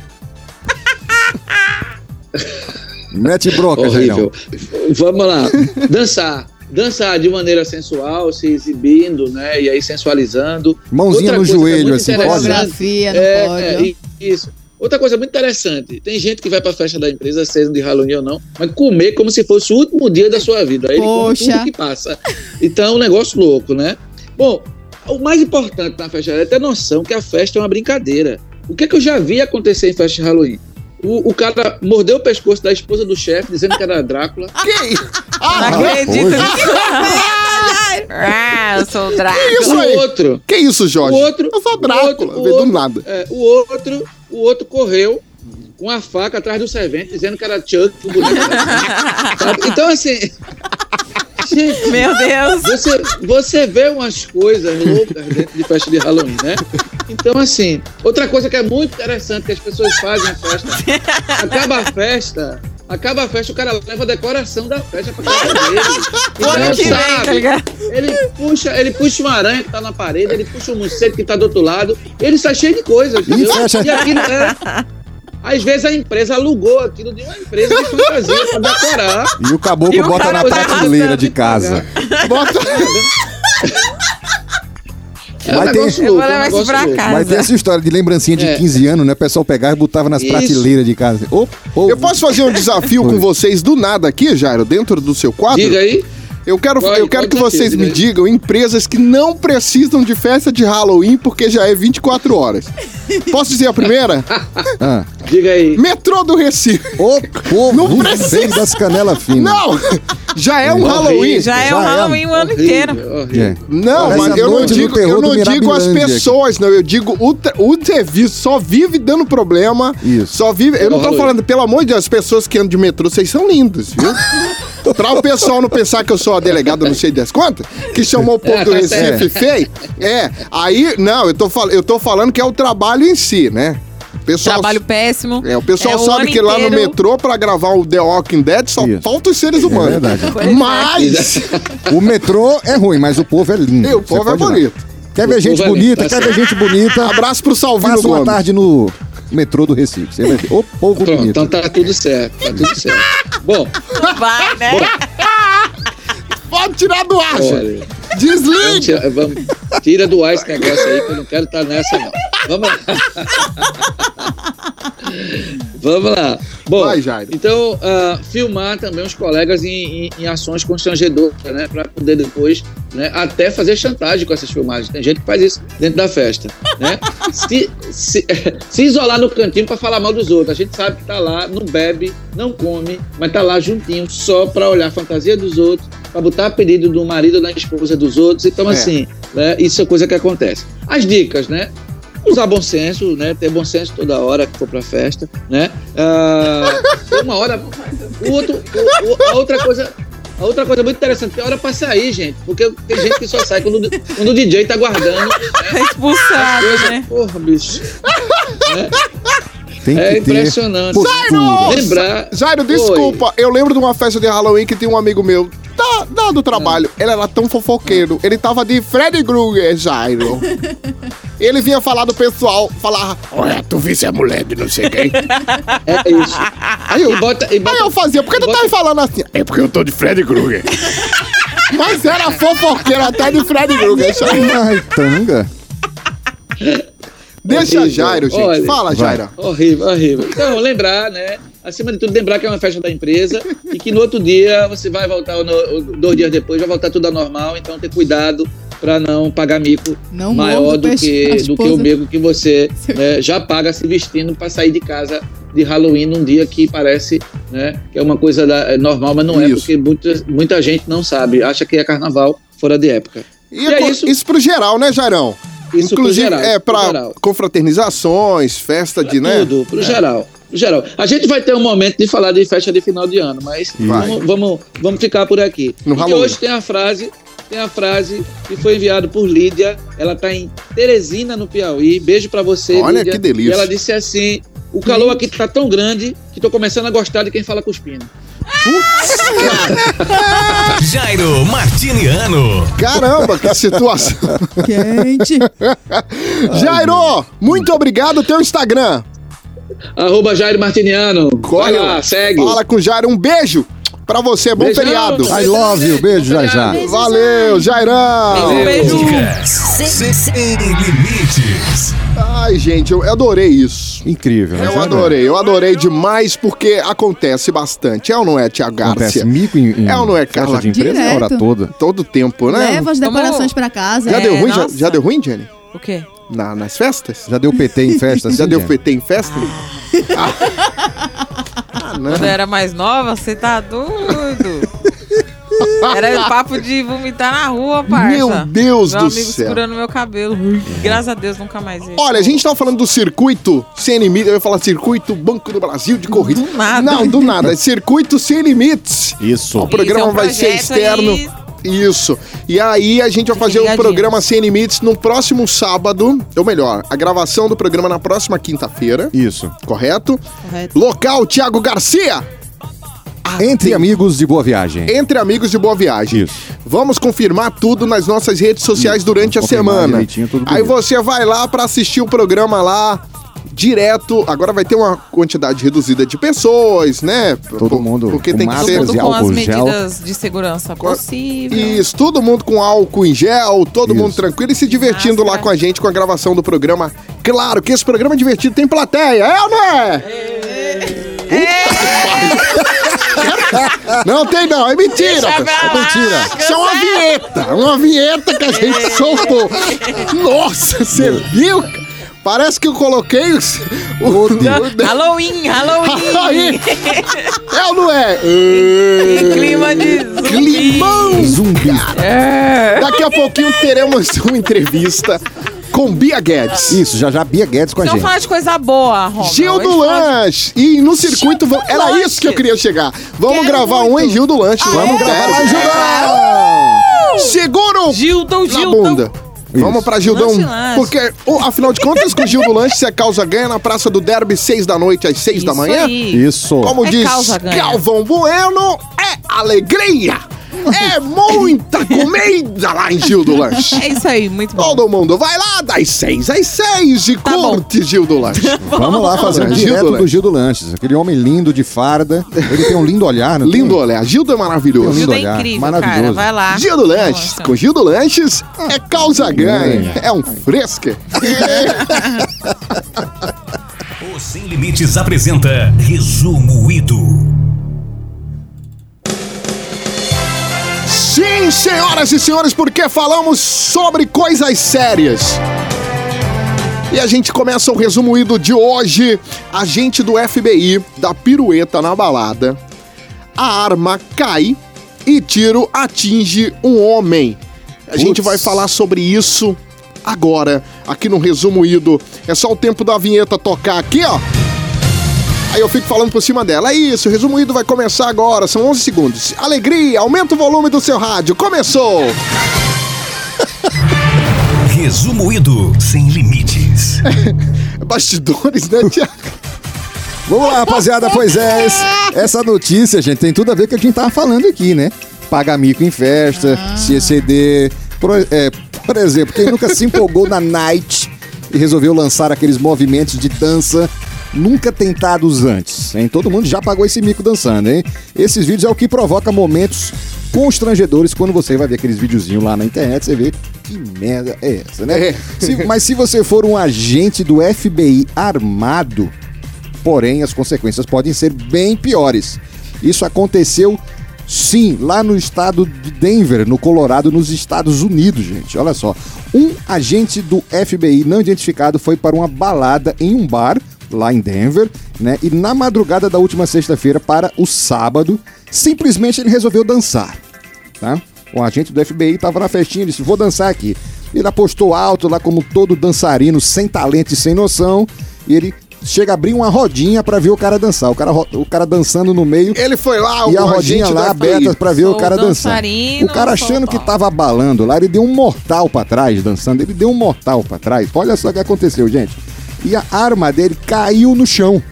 [SPEAKER 4] Mete broca, Jairão.
[SPEAKER 6] horrível. Vamos lá. Dançar. Dançar de maneira sensual, se exibindo, né? E aí sensualizando.
[SPEAKER 4] Mãozinha no
[SPEAKER 6] Outra coisa que é
[SPEAKER 4] joelho,
[SPEAKER 6] muito
[SPEAKER 4] assim,
[SPEAKER 6] interessante-
[SPEAKER 4] pode?
[SPEAKER 5] Fotografia no
[SPEAKER 6] É, é,
[SPEAKER 5] pódio.
[SPEAKER 6] i- isso. Outra coisa muito interessante, tem gente que vai pra festa da empresa, sendo de Halloween ou não, mas comer como se fosse o último dia da sua vida. Aí ele come
[SPEAKER 5] Poxa.
[SPEAKER 6] tudo que passa. Então é um negócio louco, né? Bom, o mais importante na festa é ter noção que a festa é uma brincadeira. O que, é que eu já vi acontecer em festa de Halloween? O, o cara mordeu o pescoço da esposa do chefe, dizendo que era Drácula.
[SPEAKER 2] Que isso?
[SPEAKER 3] Não
[SPEAKER 2] Ah,
[SPEAKER 3] acredito
[SPEAKER 4] foi.
[SPEAKER 3] nisso. Ah, eu sou o Draco.
[SPEAKER 2] isso
[SPEAKER 6] o
[SPEAKER 2] aí?
[SPEAKER 6] outro
[SPEAKER 2] que isso, Jorge?
[SPEAKER 6] O outro-
[SPEAKER 2] eu sou
[SPEAKER 6] o
[SPEAKER 2] Drácula,
[SPEAKER 6] outro-
[SPEAKER 2] veio
[SPEAKER 6] o
[SPEAKER 2] do
[SPEAKER 6] outro-
[SPEAKER 2] nada.
[SPEAKER 6] É, o outro, o outro correu com a faca atrás do servente, dizendo que era Chuck, o boneco. era- Sabe? Então, assim. Gente,
[SPEAKER 3] Meu Deus.
[SPEAKER 6] você, você vê umas coisas loucas dentro de festa de Halloween, né? Então, assim, outra coisa que é muito interessante que as pessoas fazem na festa. Acaba a festa, acaba a festa, o cara leva a decoração da festa pra casa dele.
[SPEAKER 3] Ano
[SPEAKER 6] Então,
[SPEAKER 3] que vem, tá
[SPEAKER 6] sabe,
[SPEAKER 3] ligado?
[SPEAKER 6] ele puxa, ele puxa uma aranha que tá na parede, ele puxa um mosquito que tá do outro lado, ele sai cheio de coisas, entendeu?
[SPEAKER 4] fecha.
[SPEAKER 6] E aquilo é. Às vezes a empresa alugou aquilo de uma empresa de fantasia pra decorar.
[SPEAKER 4] E o caboclo
[SPEAKER 3] E o
[SPEAKER 4] bota
[SPEAKER 3] cara
[SPEAKER 4] na
[SPEAKER 6] tá
[SPEAKER 4] prateleira
[SPEAKER 6] arrasando
[SPEAKER 4] de
[SPEAKER 6] de
[SPEAKER 4] casa.
[SPEAKER 2] Bota...
[SPEAKER 6] É um
[SPEAKER 4] Mas tem-
[SPEAKER 6] negócio
[SPEAKER 3] Eu vou
[SPEAKER 6] louco. é um
[SPEAKER 3] levar isso
[SPEAKER 6] negócio
[SPEAKER 3] pra
[SPEAKER 6] louco.
[SPEAKER 3] casa.
[SPEAKER 4] Mas tem
[SPEAKER 2] assim,
[SPEAKER 4] essa história de lembrancinha de
[SPEAKER 6] É.
[SPEAKER 4] 15 anos, né? O pessoal pegava e botava nas
[SPEAKER 6] Isso.
[SPEAKER 4] prateleiras de casa. Ô, povo,
[SPEAKER 2] Eu posso fazer um desafio com vocês do nada aqui, Jairo, dentro do seu quadro?
[SPEAKER 6] Diga aí.
[SPEAKER 2] Eu quero,
[SPEAKER 6] Vai,
[SPEAKER 2] eu quero
[SPEAKER 6] pode
[SPEAKER 2] que
[SPEAKER 6] desafio,
[SPEAKER 2] vocês
[SPEAKER 6] diga
[SPEAKER 2] me
[SPEAKER 6] aí.
[SPEAKER 2] digam empresas que não precisam de festa de Halloween porque já é 24 horas. Posso dizer a primeira?
[SPEAKER 4] Ah.
[SPEAKER 6] Diga aí.
[SPEAKER 2] Metrô do Recife.
[SPEAKER 4] Ô,
[SPEAKER 2] Não
[SPEAKER 4] povo,
[SPEAKER 2] precisa.
[SPEAKER 4] fez das canelas finas.
[SPEAKER 2] Não! Já é um
[SPEAKER 6] Horrível.
[SPEAKER 2] Halloween.
[SPEAKER 3] Já é
[SPEAKER 4] Já
[SPEAKER 3] um
[SPEAKER 4] é.
[SPEAKER 3] Halloween o ano
[SPEAKER 6] Horrível,
[SPEAKER 3] inteiro.
[SPEAKER 6] horrível.
[SPEAKER 4] É.
[SPEAKER 2] Não,
[SPEAKER 4] Parece
[SPEAKER 2] mas
[SPEAKER 4] a
[SPEAKER 2] eu não
[SPEAKER 4] noite do
[SPEAKER 2] digo,
[SPEAKER 4] terror
[SPEAKER 2] eu
[SPEAKER 4] do
[SPEAKER 2] não digo as
[SPEAKER 4] Mirabilândia aqui.
[SPEAKER 2] pessoas, não. Eu digo o, tra- o serviço só vive dando problema.
[SPEAKER 4] Isso.
[SPEAKER 2] Só vive. Eu não tô
[SPEAKER 6] Halloween.
[SPEAKER 2] falando, pelo amor de Deus, as pessoas que andam de metrô, vocês são lindos, viu? pra o pessoal não pensar que eu sou a delegada, não sei das contas, que chamou o povo do
[SPEAKER 6] tá
[SPEAKER 2] Recife feio. É. Aí, não, eu tô, fal- eu tô falando que é o trabalho em si, né? O Pessoal,
[SPEAKER 3] Trabalho péssimo.
[SPEAKER 2] É, o pessoal
[SPEAKER 3] É o
[SPEAKER 2] sabe
[SPEAKER 3] ano
[SPEAKER 2] que lá no
[SPEAKER 3] inteiro.
[SPEAKER 2] metrô, pra gravar o The Walking Dead, só
[SPEAKER 4] Isso. É
[SPEAKER 2] falta os seres humanos.
[SPEAKER 4] verdade.
[SPEAKER 3] é.
[SPEAKER 2] Mas
[SPEAKER 4] O metrô é ruim, mas o povo é lindo.
[SPEAKER 2] E o
[SPEAKER 4] Você
[SPEAKER 2] povo é
[SPEAKER 4] pode dar.
[SPEAKER 2] bonito.
[SPEAKER 4] Quer ver gente
[SPEAKER 6] povo é lindo,
[SPEAKER 4] bonita,
[SPEAKER 6] tá
[SPEAKER 4] quer ver gente bonita.
[SPEAKER 2] abraço pro Salvino
[SPEAKER 4] Passa uma
[SPEAKER 2] Gomes.
[SPEAKER 4] tarde no metrô do Recife. Você vai ver. Ô, povo
[SPEAKER 6] Pronto,
[SPEAKER 4] bonito.
[SPEAKER 6] então tá tudo certo. Tá tudo certo. Bom,
[SPEAKER 3] Vai, né?
[SPEAKER 2] Pode tirar do ar, gente.
[SPEAKER 6] olha. Vamos
[SPEAKER 2] Desliga!
[SPEAKER 6] tirar- vamos- tira do ar esse negócio aí, que eu não quero estar nessa, não. Vamos lá. Vamos lá. Bom,
[SPEAKER 2] Vai, Jairo.
[SPEAKER 6] então, ah, filmar também os colegas em, em- em ações constrangedoras, né? Pra poder depois, né? Até fazer chantagem com essas filmagens. Tem gente que faz isso dentro da festa, né? Se, se- se isolar no cantinho pra falar mal dos outros. A gente sabe que tá lá, não bebe, não come, mas tá lá juntinho só pra olhar a fantasia dos outros, pra botar apelido do marido ou da esposa dos outros. Então,
[SPEAKER 2] É.
[SPEAKER 6] assim, né? Isso é coisa que acontece. As dicas, né? Usar bom senso, né? Ter bom senso toda hora que for pra festa, né? Ah, uma hora. O outro, o- o- a outra coisa. A outra coisa muito interessante, tem hora pra sair, gente. Porque tem gente que só sai quando, quando o DJ tá guardando.
[SPEAKER 3] Tá expulsado, né?
[SPEAKER 6] Porra, bicho.
[SPEAKER 4] Tem que
[SPEAKER 6] É
[SPEAKER 4] ter
[SPEAKER 6] impressionante.
[SPEAKER 4] postura.
[SPEAKER 6] Lembrar.
[SPEAKER 2] Jairo,
[SPEAKER 6] Oi.
[SPEAKER 2] desculpa. Eu lembro de uma festa de Halloween que tem um amigo meu. Da, da do trabalho.
[SPEAKER 6] Ah.
[SPEAKER 2] Ele era tão fofoqueiro. Ele tava de Freddy Krueger, Jairo. Ele vinha falar do pessoal, falar, olha, tu visse a mulher de não sei quem.
[SPEAKER 6] É isso.
[SPEAKER 2] Aí eu,
[SPEAKER 6] E bota. E
[SPEAKER 2] aí
[SPEAKER 6] bota
[SPEAKER 2] eu fazia, por que tu tá me falando assim? É porque eu tô de Freddy Krueger. Mas era fofoqueiro até de Freddy Krueger. Jairo.
[SPEAKER 4] Martanga.
[SPEAKER 2] Deixa
[SPEAKER 6] Horrível.
[SPEAKER 2] Jairo, gente.
[SPEAKER 6] É Olha.
[SPEAKER 2] Fala,
[SPEAKER 4] Vai.
[SPEAKER 2] Jairo.
[SPEAKER 6] Horrível, horrível. Então, lembrar, né? Acima de tudo, lembrar que é uma festa da empresa e que no outro dia você vai voltar, ou no- ou dois dias depois, vai voltar tudo ao normal. Então, ter cuidado para não pagar mico
[SPEAKER 5] Não
[SPEAKER 6] maior
[SPEAKER 5] morda o
[SPEAKER 6] do
[SPEAKER 5] peixe- a
[SPEAKER 6] que, do que
[SPEAKER 5] esposa.
[SPEAKER 6] o mico que você né, já paga se vestindo para sair de casa de Halloween num dia que parece né, que é uma coisa da- é normal, mas não é,
[SPEAKER 2] Isso.
[SPEAKER 6] porque muita, muita gente não sabe, acha que é carnaval fora de época.
[SPEAKER 2] E,
[SPEAKER 6] E é
[SPEAKER 2] co- isso.
[SPEAKER 6] isso.
[SPEAKER 2] pro geral, né, Jairão?
[SPEAKER 6] Isso pro
[SPEAKER 2] Inclusive,
[SPEAKER 6] geral,
[SPEAKER 2] é
[SPEAKER 6] isso pro
[SPEAKER 2] pra
[SPEAKER 6] geral.
[SPEAKER 2] confraternizações, festa de, né?
[SPEAKER 6] Tudo, pro geral. pro geral. A gente vai ter um momento de falar de festa de final de ano, mas
[SPEAKER 2] Vai.
[SPEAKER 6] vamos, vamos, vamos ficar por aqui.
[SPEAKER 2] No
[SPEAKER 6] Porque
[SPEAKER 2] Halloween.
[SPEAKER 6] hoje tem a frase, tem a frase que foi enviada por Lídia. Ela tá em Teresina, no Piauí. Beijo pra você,
[SPEAKER 2] Olha
[SPEAKER 6] Lídia.
[SPEAKER 2] que delícia.
[SPEAKER 6] E ela disse assim: o calor aqui tá tão grande que tô começando a gostar de quem fala cuspindo.
[SPEAKER 1] Jairo Martiniano.
[SPEAKER 2] Caramba, que situação.
[SPEAKER 5] Quente.
[SPEAKER 2] Jairo, muito obrigado. Teu Instagram.
[SPEAKER 6] Arroba Jair Martiniano.
[SPEAKER 2] Corre
[SPEAKER 6] Vai lá,
[SPEAKER 2] lá.
[SPEAKER 6] segue.
[SPEAKER 2] Fala com o Jairo. Um beijo pra você. Bom
[SPEAKER 6] Beijão.
[SPEAKER 2] feriado.
[SPEAKER 4] I love you. Beijo, já, já.
[SPEAKER 2] Valeu, Jairão.
[SPEAKER 3] Um beijo.
[SPEAKER 1] Dicas sem, sem limites.
[SPEAKER 2] Ai, gente, eu adorei isso.
[SPEAKER 4] Incrível. né?
[SPEAKER 2] Eu
[SPEAKER 4] Já
[SPEAKER 2] adorei, eu adorei demais porque acontece bastante. É ou não é, Tia
[SPEAKER 4] Acontece
[SPEAKER 2] Garcia?
[SPEAKER 4] mico em, em
[SPEAKER 2] É ou não é,
[SPEAKER 4] festa
[SPEAKER 2] Carla?
[SPEAKER 4] de empresa é a hora
[SPEAKER 5] Direto.
[SPEAKER 4] toda.
[SPEAKER 2] Todo tempo, né?
[SPEAKER 5] Leva as decorações pra casa.
[SPEAKER 2] Já
[SPEAKER 5] É.
[SPEAKER 2] deu ruim? Já,
[SPEAKER 3] nossa.
[SPEAKER 2] já deu ruim, Jenny?
[SPEAKER 3] O quê?
[SPEAKER 2] Na- nas festas?
[SPEAKER 4] Já deu PT em festa?
[SPEAKER 2] Já
[SPEAKER 4] assim,
[SPEAKER 2] deu
[SPEAKER 4] gente?
[SPEAKER 2] PT em festa? Ah, não.
[SPEAKER 3] Quando eu era mais nova, você tá doido. Era o papo de vomitar na rua, parça.
[SPEAKER 2] Meu Deus
[SPEAKER 3] meu
[SPEAKER 2] do
[SPEAKER 3] amigo
[SPEAKER 2] céu.
[SPEAKER 3] segurando meu cabelo. Graças a Deus, nunca mais ia.
[SPEAKER 2] Olha, a gente tava falando do circuito sem limites. Eu ia falar circuito Banco do Brasil de corrida.
[SPEAKER 3] Do nada.
[SPEAKER 2] Não, do nada. É circuito sem limites.
[SPEAKER 4] Isso.
[SPEAKER 2] O programa
[SPEAKER 3] é um
[SPEAKER 2] vai ser
[SPEAKER 3] projeto
[SPEAKER 2] externo.
[SPEAKER 3] aí.
[SPEAKER 2] Isso. E aí a gente vai fazer o
[SPEAKER 3] ligadinhos.
[SPEAKER 2] programa Sem Limites no próximo sábado. Ou melhor, a gravação do programa na próxima quinta-feira.
[SPEAKER 4] Isso.
[SPEAKER 2] Correto?
[SPEAKER 5] Correto.
[SPEAKER 2] Local, Thiago Garcia. ah,
[SPEAKER 4] Entre amigos de boa viagem.
[SPEAKER 2] Entre amigos de boa viagem.
[SPEAKER 4] Isso.
[SPEAKER 2] Vamos confirmar tudo nas nossas redes sociais durante a
[SPEAKER 4] confirmar
[SPEAKER 2] semana.
[SPEAKER 4] direitinho, tudo
[SPEAKER 2] Aí
[SPEAKER 4] bonito.
[SPEAKER 2] você vai lá pra assistir o programa lá. direto. Agora vai ter uma quantidade reduzida de pessoas, né?
[SPEAKER 4] Todo mundo
[SPEAKER 2] Porque
[SPEAKER 4] com
[SPEAKER 2] tem que
[SPEAKER 3] Todo
[SPEAKER 2] ser
[SPEAKER 4] máscaras
[SPEAKER 3] mundo
[SPEAKER 4] e
[SPEAKER 3] com as
[SPEAKER 4] álcool gel.
[SPEAKER 3] medidas de segurança
[SPEAKER 2] Co-
[SPEAKER 3] possível.
[SPEAKER 2] Isso, todo mundo com álcool em gel, todo
[SPEAKER 4] Isso.
[SPEAKER 2] mundo tranquilo e se divertindo lá
[SPEAKER 3] Máscara.
[SPEAKER 2] com a gente com a gravação do programa. Claro que esse programa é divertido, tem plateia, é ou não é? Puta que pariu. Não tem não, é mentira.
[SPEAKER 3] Deixa pra
[SPEAKER 2] É
[SPEAKER 3] lá,
[SPEAKER 2] mentira. Isso é uma vinheta, uma vinheta que a
[SPEAKER 3] É.
[SPEAKER 2] gente soltou. Nossa, você viu? cara? Parece que eu coloquei os- o... o...
[SPEAKER 3] Halloween, Halloween!
[SPEAKER 2] Aí, é ou não é? Que
[SPEAKER 3] Clima de zumbi.
[SPEAKER 2] Climão!
[SPEAKER 4] Zumbi.
[SPEAKER 3] É.
[SPEAKER 2] Daqui a pouquinho teremos uma entrevista com Bia Guedes.
[SPEAKER 4] Isso, já já Bia Guedes com a
[SPEAKER 3] Então
[SPEAKER 4] gente.
[SPEAKER 3] falar de coisa boa, Roma.
[SPEAKER 2] Gil do Lanche. E no circuito. vão- Era
[SPEAKER 3] Lanche. Ah,
[SPEAKER 2] isso que eu queria chegar. Vamos
[SPEAKER 5] Quero
[SPEAKER 2] gravar um
[SPEAKER 5] muito.
[SPEAKER 2] em Gil do Lanche. Vamos
[SPEAKER 3] é?
[SPEAKER 2] gravar lá em Gil do Lanche. Segura o
[SPEAKER 3] Gildon,
[SPEAKER 2] na
[SPEAKER 3] Gildon.
[SPEAKER 2] bunda. Vamos pra Gildão.
[SPEAKER 3] Lanche, lanche.
[SPEAKER 2] Porque, ô, afinal de contas, com o Gil do Lanche, se a causa ganha na Praça do Derby, seis da noite às seis da
[SPEAKER 3] Isso
[SPEAKER 2] manhã.
[SPEAKER 3] aí.
[SPEAKER 4] Isso.
[SPEAKER 2] Como
[SPEAKER 3] É
[SPEAKER 2] diz
[SPEAKER 3] causa ganha.
[SPEAKER 2] Galvão Bueno, é alegria. É muita comida lá em Gil do Lanche.
[SPEAKER 3] É isso aí, muito bom.
[SPEAKER 2] Todo mundo vai lá das seis às seis e
[SPEAKER 3] Tá
[SPEAKER 2] curte Gil do Lanche.
[SPEAKER 4] Vamos lá fazer um
[SPEAKER 2] Gil do
[SPEAKER 4] direto do
[SPEAKER 2] Lanches.
[SPEAKER 4] Gil do Lanches. Aquele homem lindo de farda. Ele tem um lindo olhar, né?
[SPEAKER 2] Lindo olhar, Gildo é
[SPEAKER 4] Tem um
[SPEAKER 2] maravilhoso.
[SPEAKER 3] Gildo é
[SPEAKER 4] lindo olhar,
[SPEAKER 3] incrível,
[SPEAKER 4] maravilhoso.
[SPEAKER 3] cara. Vai lá.
[SPEAKER 2] Gildo Lanches,
[SPEAKER 3] Nossa.
[SPEAKER 2] com Gildo Lanches é causa ganha,
[SPEAKER 4] ganha.
[SPEAKER 2] é um fresca.
[SPEAKER 1] O Sem Limites apresenta Resumo Ido.
[SPEAKER 2] Sim, senhoras e senhores, porque falamos sobre coisas sérias. E a gente começa o resumo ido de hoje. Agente do FBI da pirueta na balada. A arma cai e tiro atinge um homem. A gente
[SPEAKER 4] Putz.
[SPEAKER 2] vai falar sobre isso agora, aqui no resumo ido. É só o tempo da vinheta tocar aqui, ó. Aí eu fico falando por cima dela. É isso, o resumo ido vai começar agora. São 11 segundos. Alegria, aumenta o volume do seu rádio. Começou!
[SPEAKER 1] Resumo Ido. Sem Limites.
[SPEAKER 2] É Bastidores, né, Tiago?
[SPEAKER 4] Vamos lá, rapaziada. Pois é, esse- essa notícia, gente, tem tudo a ver com o que a gente tava falando aqui, né? Paga mico em festa, CCD. Por, é, por exemplo, quem nunca se empolgou na night e resolveu lançar aqueles movimentos de dança nunca tentados antes, hein? Todo mundo já pagou esse mico dançando, hein? Esses vídeos é o que provoca momentos constrangedores quando você vai ver aqueles videozinhos lá na internet, você vê que merda é essa, né?
[SPEAKER 2] É.
[SPEAKER 4] Se- mas se você for um agente do FBI armado, porém as consequências podem ser bem piores. Isso aconteceu sim lá no estado de Denver, no Colorado, nos Estados Unidos, gente. Olha só. Um agente do FBI não identificado foi para uma balada em um bar lá em Denver, né? E na madrugada da última sexta-feira para o sábado, simplesmente ele resolveu dançar tá? Um agente do FBI tava na festinha, disse, vou dançar aqui. Ele apostou alto lá como todo dançarino, sem talento e sem noção, e ele chega a abrir uma rodinha pra ver o cara dançar. O cara, ro- o cara dançando no meio
[SPEAKER 2] Ele foi lá,
[SPEAKER 4] e a
[SPEAKER 2] É, o
[SPEAKER 4] rodinha
[SPEAKER 2] agente
[SPEAKER 4] lá
[SPEAKER 2] da FBI.
[SPEAKER 4] aberta pra ver
[SPEAKER 3] Sou
[SPEAKER 4] o cara dançar.
[SPEAKER 3] dançarino,
[SPEAKER 4] O cara achando
[SPEAKER 3] sou
[SPEAKER 4] que
[SPEAKER 3] tal.
[SPEAKER 4] tava abalando lá, ele deu um mortal pra trás dançando, ele deu um mortal pra trás. Olha só o que aconteceu, gente. E a arma dele caiu no chão.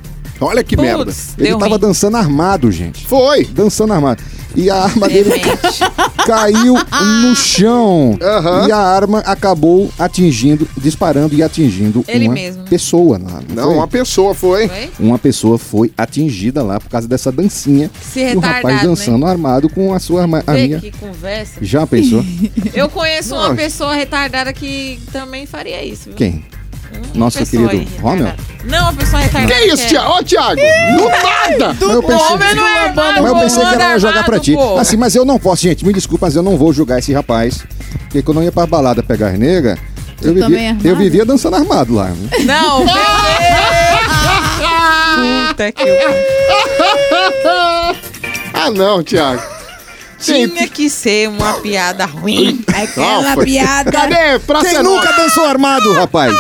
[SPEAKER 2] Olha que merda.
[SPEAKER 3] Putz,
[SPEAKER 4] Ele
[SPEAKER 3] deu
[SPEAKER 4] tava
[SPEAKER 3] ruim.
[SPEAKER 4] dançando armado, gente.
[SPEAKER 2] Foi.
[SPEAKER 4] Dançando armado. E a arma dele
[SPEAKER 3] Gente,
[SPEAKER 4] caiu no chão.
[SPEAKER 2] Aham.
[SPEAKER 4] E a arma acabou atingindo, disparando e atingindo
[SPEAKER 3] Ele
[SPEAKER 4] uma
[SPEAKER 3] mesmo.
[SPEAKER 4] pessoa. Lá,
[SPEAKER 2] Não,
[SPEAKER 4] foi?
[SPEAKER 2] uma pessoa foi.
[SPEAKER 3] foi?
[SPEAKER 4] Uma pessoa foi atingida lá por causa dessa dancinha.
[SPEAKER 3] Se
[SPEAKER 4] E o rapaz
[SPEAKER 3] retardado, né?
[SPEAKER 4] dançando armado com a sua arma, a
[SPEAKER 3] Vê
[SPEAKER 4] minha.
[SPEAKER 3] que conversa.
[SPEAKER 4] Já pensou?
[SPEAKER 3] Eu conheço
[SPEAKER 2] Nossa.
[SPEAKER 3] uma pessoa retardada que também faria isso. Viu?
[SPEAKER 4] Quem?
[SPEAKER 3] Uma
[SPEAKER 4] Nosso
[SPEAKER 3] pessoa
[SPEAKER 4] querido
[SPEAKER 3] aí,
[SPEAKER 4] Romel?
[SPEAKER 3] retardada. Não, uma pessoa retardada.
[SPEAKER 2] Que isso,
[SPEAKER 3] é-
[SPEAKER 2] Tiago? Ó, Tiago! Do nada!
[SPEAKER 4] Mas eu
[SPEAKER 3] O Homem não é armado,
[SPEAKER 4] Mas eu pensei que
[SPEAKER 3] comando
[SPEAKER 4] ela ia jogar pra
[SPEAKER 3] armado,
[SPEAKER 4] ti.
[SPEAKER 3] pô.
[SPEAKER 4] Assim, mas eu não posso, gente. Me desculpa, mas eu não vou julgar esse rapaz. Porque quando eu ia pra balada pegar as negas, eu
[SPEAKER 5] também
[SPEAKER 4] vivia,
[SPEAKER 5] é armado?
[SPEAKER 4] eu vivia dançando armado lá. né?
[SPEAKER 3] Não, meu Deus. Puta que pariu.
[SPEAKER 2] Ah, não, Tiago. Gente,
[SPEAKER 3] Tinha que ser uma piada ruim.
[SPEAKER 2] Não,
[SPEAKER 5] Aquela
[SPEAKER 2] foi-
[SPEAKER 5] piada.
[SPEAKER 2] cadê? Pra
[SPEAKER 4] Quem
[SPEAKER 2] ser
[SPEAKER 4] nunca dançou armado, rapaz?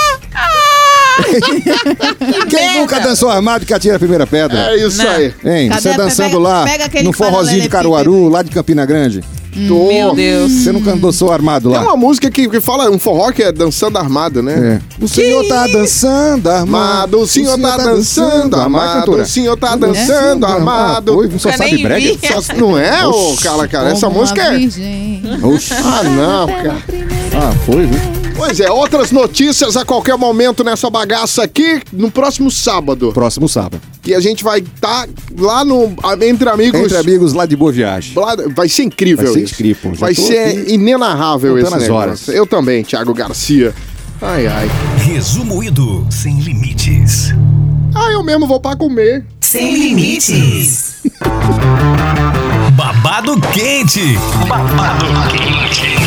[SPEAKER 4] Quem nunca dançou armado que atira a primeira pedra?
[SPEAKER 2] É isso
[SPEAKER 3] Não.
[SPEAKER 2] aí.
[SPEAKER 4] Hein,
[SPEAKER 5] Cadê
[SPEAKER 4] você
[SPEAKER 5] a-
[SPEAKER 4] dançando
[SPEAKER 5] pega-
[SPEAKER 4] lá
[SPEAKER 5] pega aquele
[SPEAKER 4] no forrozinho de
[SPEAKER 5] paralelepípedo.
[SPEAKER 4] Caruaru, lá de Campina Grande.
[SPEAKER 2] Tô.
[SPEAKER 3] Meu Deus.
[SPEAKER 4] Você nunca
[SPEAKER 5] Hum.
[SPEAKER 4] dançou armado
[SPEAKER 2] É
[SPEAKER 4] lá?
[SPEAKER 2] uma música que, que fala um forró que é dançando armado, né?
[SPEAKER 4] É. O senhor tá dançando armado.
[SPEAKER 2] Amado, o senhor tá dançando armado,
[SPEAKER 4] cantora.
[SPEAKER 2] o senhor tá dançando armado.
[SPEAKER 4] Oi, não só
[SPEAKER 3] Eu
[SPEAKER 4] sabe
[SPEAKER 3] nem
[SPEAKER 4] brega?
[SPEAKER 3] vi.
[SPEAKER 2] Só- não é, ô,
[SPEAKER 4] Oxi, é-
[SPEAKER 2] cara, cara? Essa
[SPEAKER 5] Como
[SPEAKER 2] música
[SPEAKER 5] uma
[SPEAKER 2] é.
[SPEAKER 5] virgem.
[SPEAKER 4] Oxi.
[SPEAKER 2] Ah, não, cara.
[SPEAKER 4] Ah, foi, viu?
[SPEAKER 2] Pois é, outras notícias a qualquer momento nessa bagaça aqui, no próximo sábado.
[SPEAKER 4] Próximo sábado.
[SPEAKER 2] Que a gente vai estar lá no a- Entre Amigos.
[SPEAKER 4] Entre amigos lá de Boa Viagem.
[SPEAKER 2] Lá- Vai ser incrível
[SPEAKER 4] Vai ser
[SPEAKER 2] isso.
[SPEAKER 4] incrível. Já
[SPEAKER 2] Vai
[SPEAKER 4] tô
[SPEAKER 2] ser
[SPEAKER 4] aqui
[SPEAKER 2] inenarrável esse
[SPEAKER 4] contando as
[SPEAKER 2] negócio.
[SPEAKER 4] horas.
[SPEAKER 2] Eu também, Thiago Garcia. Ai, ai.
[SPEAKER 1] Resumo Ido Sem Limites.
[SPEAKER 2] Ah, eu mesmo vou pra comer.
[SPEAKER 1] Sem Limites. Babado quente. Babado quente.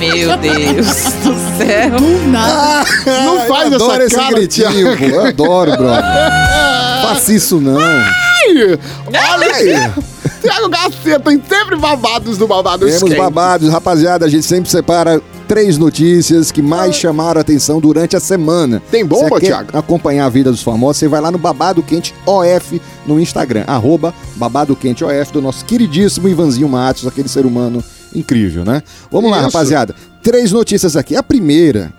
[SPEAKER 3] Meu Deus do céu.
[SPEAKER 5] Nada.
[SPEAKER 2] Não
[SPEAKER 4] Ah,
[SPEAKER 2] faz
[SPEAKER 4] eu adoro
[SPEAKER 2] essa
[SPEAKER 4] esse
[SPEAKER 2] cara,
[SPEAKER 4] gritinho,
[SPEAKER 2] Thiago.
[SPEAKER 4] pô. Eu adoro, brother. Faça isso não.
[SPEAKER 2] Olha aí. Thiago Garcia tem sempre babados do babado
[SPEAKER 4] Temos
[SPEAKER 2] Esquente.
[SPEAKER 4] babados, rapaziada. A gente sempre separa três notícias que mais chamaram a atenção durante a semana.
[SPEAKER 2] Ah. Tem bomba,
[SPEAKER 4] Você quer
[SPEAKER 2] Thiago?
[SPEAKER 4] acompanhar a vida dos famosos, você vai lá no Babado Quente OF no Instagram. Arroba Babado Quente OF do nosso queridíssimo Ivanzinho Matos, aquele ser humano incrível, né? Vamos lá,
[SPEAKER 2] Isso.
[SPEAKER 4] rapaziada. Três notícias aqui. A primeira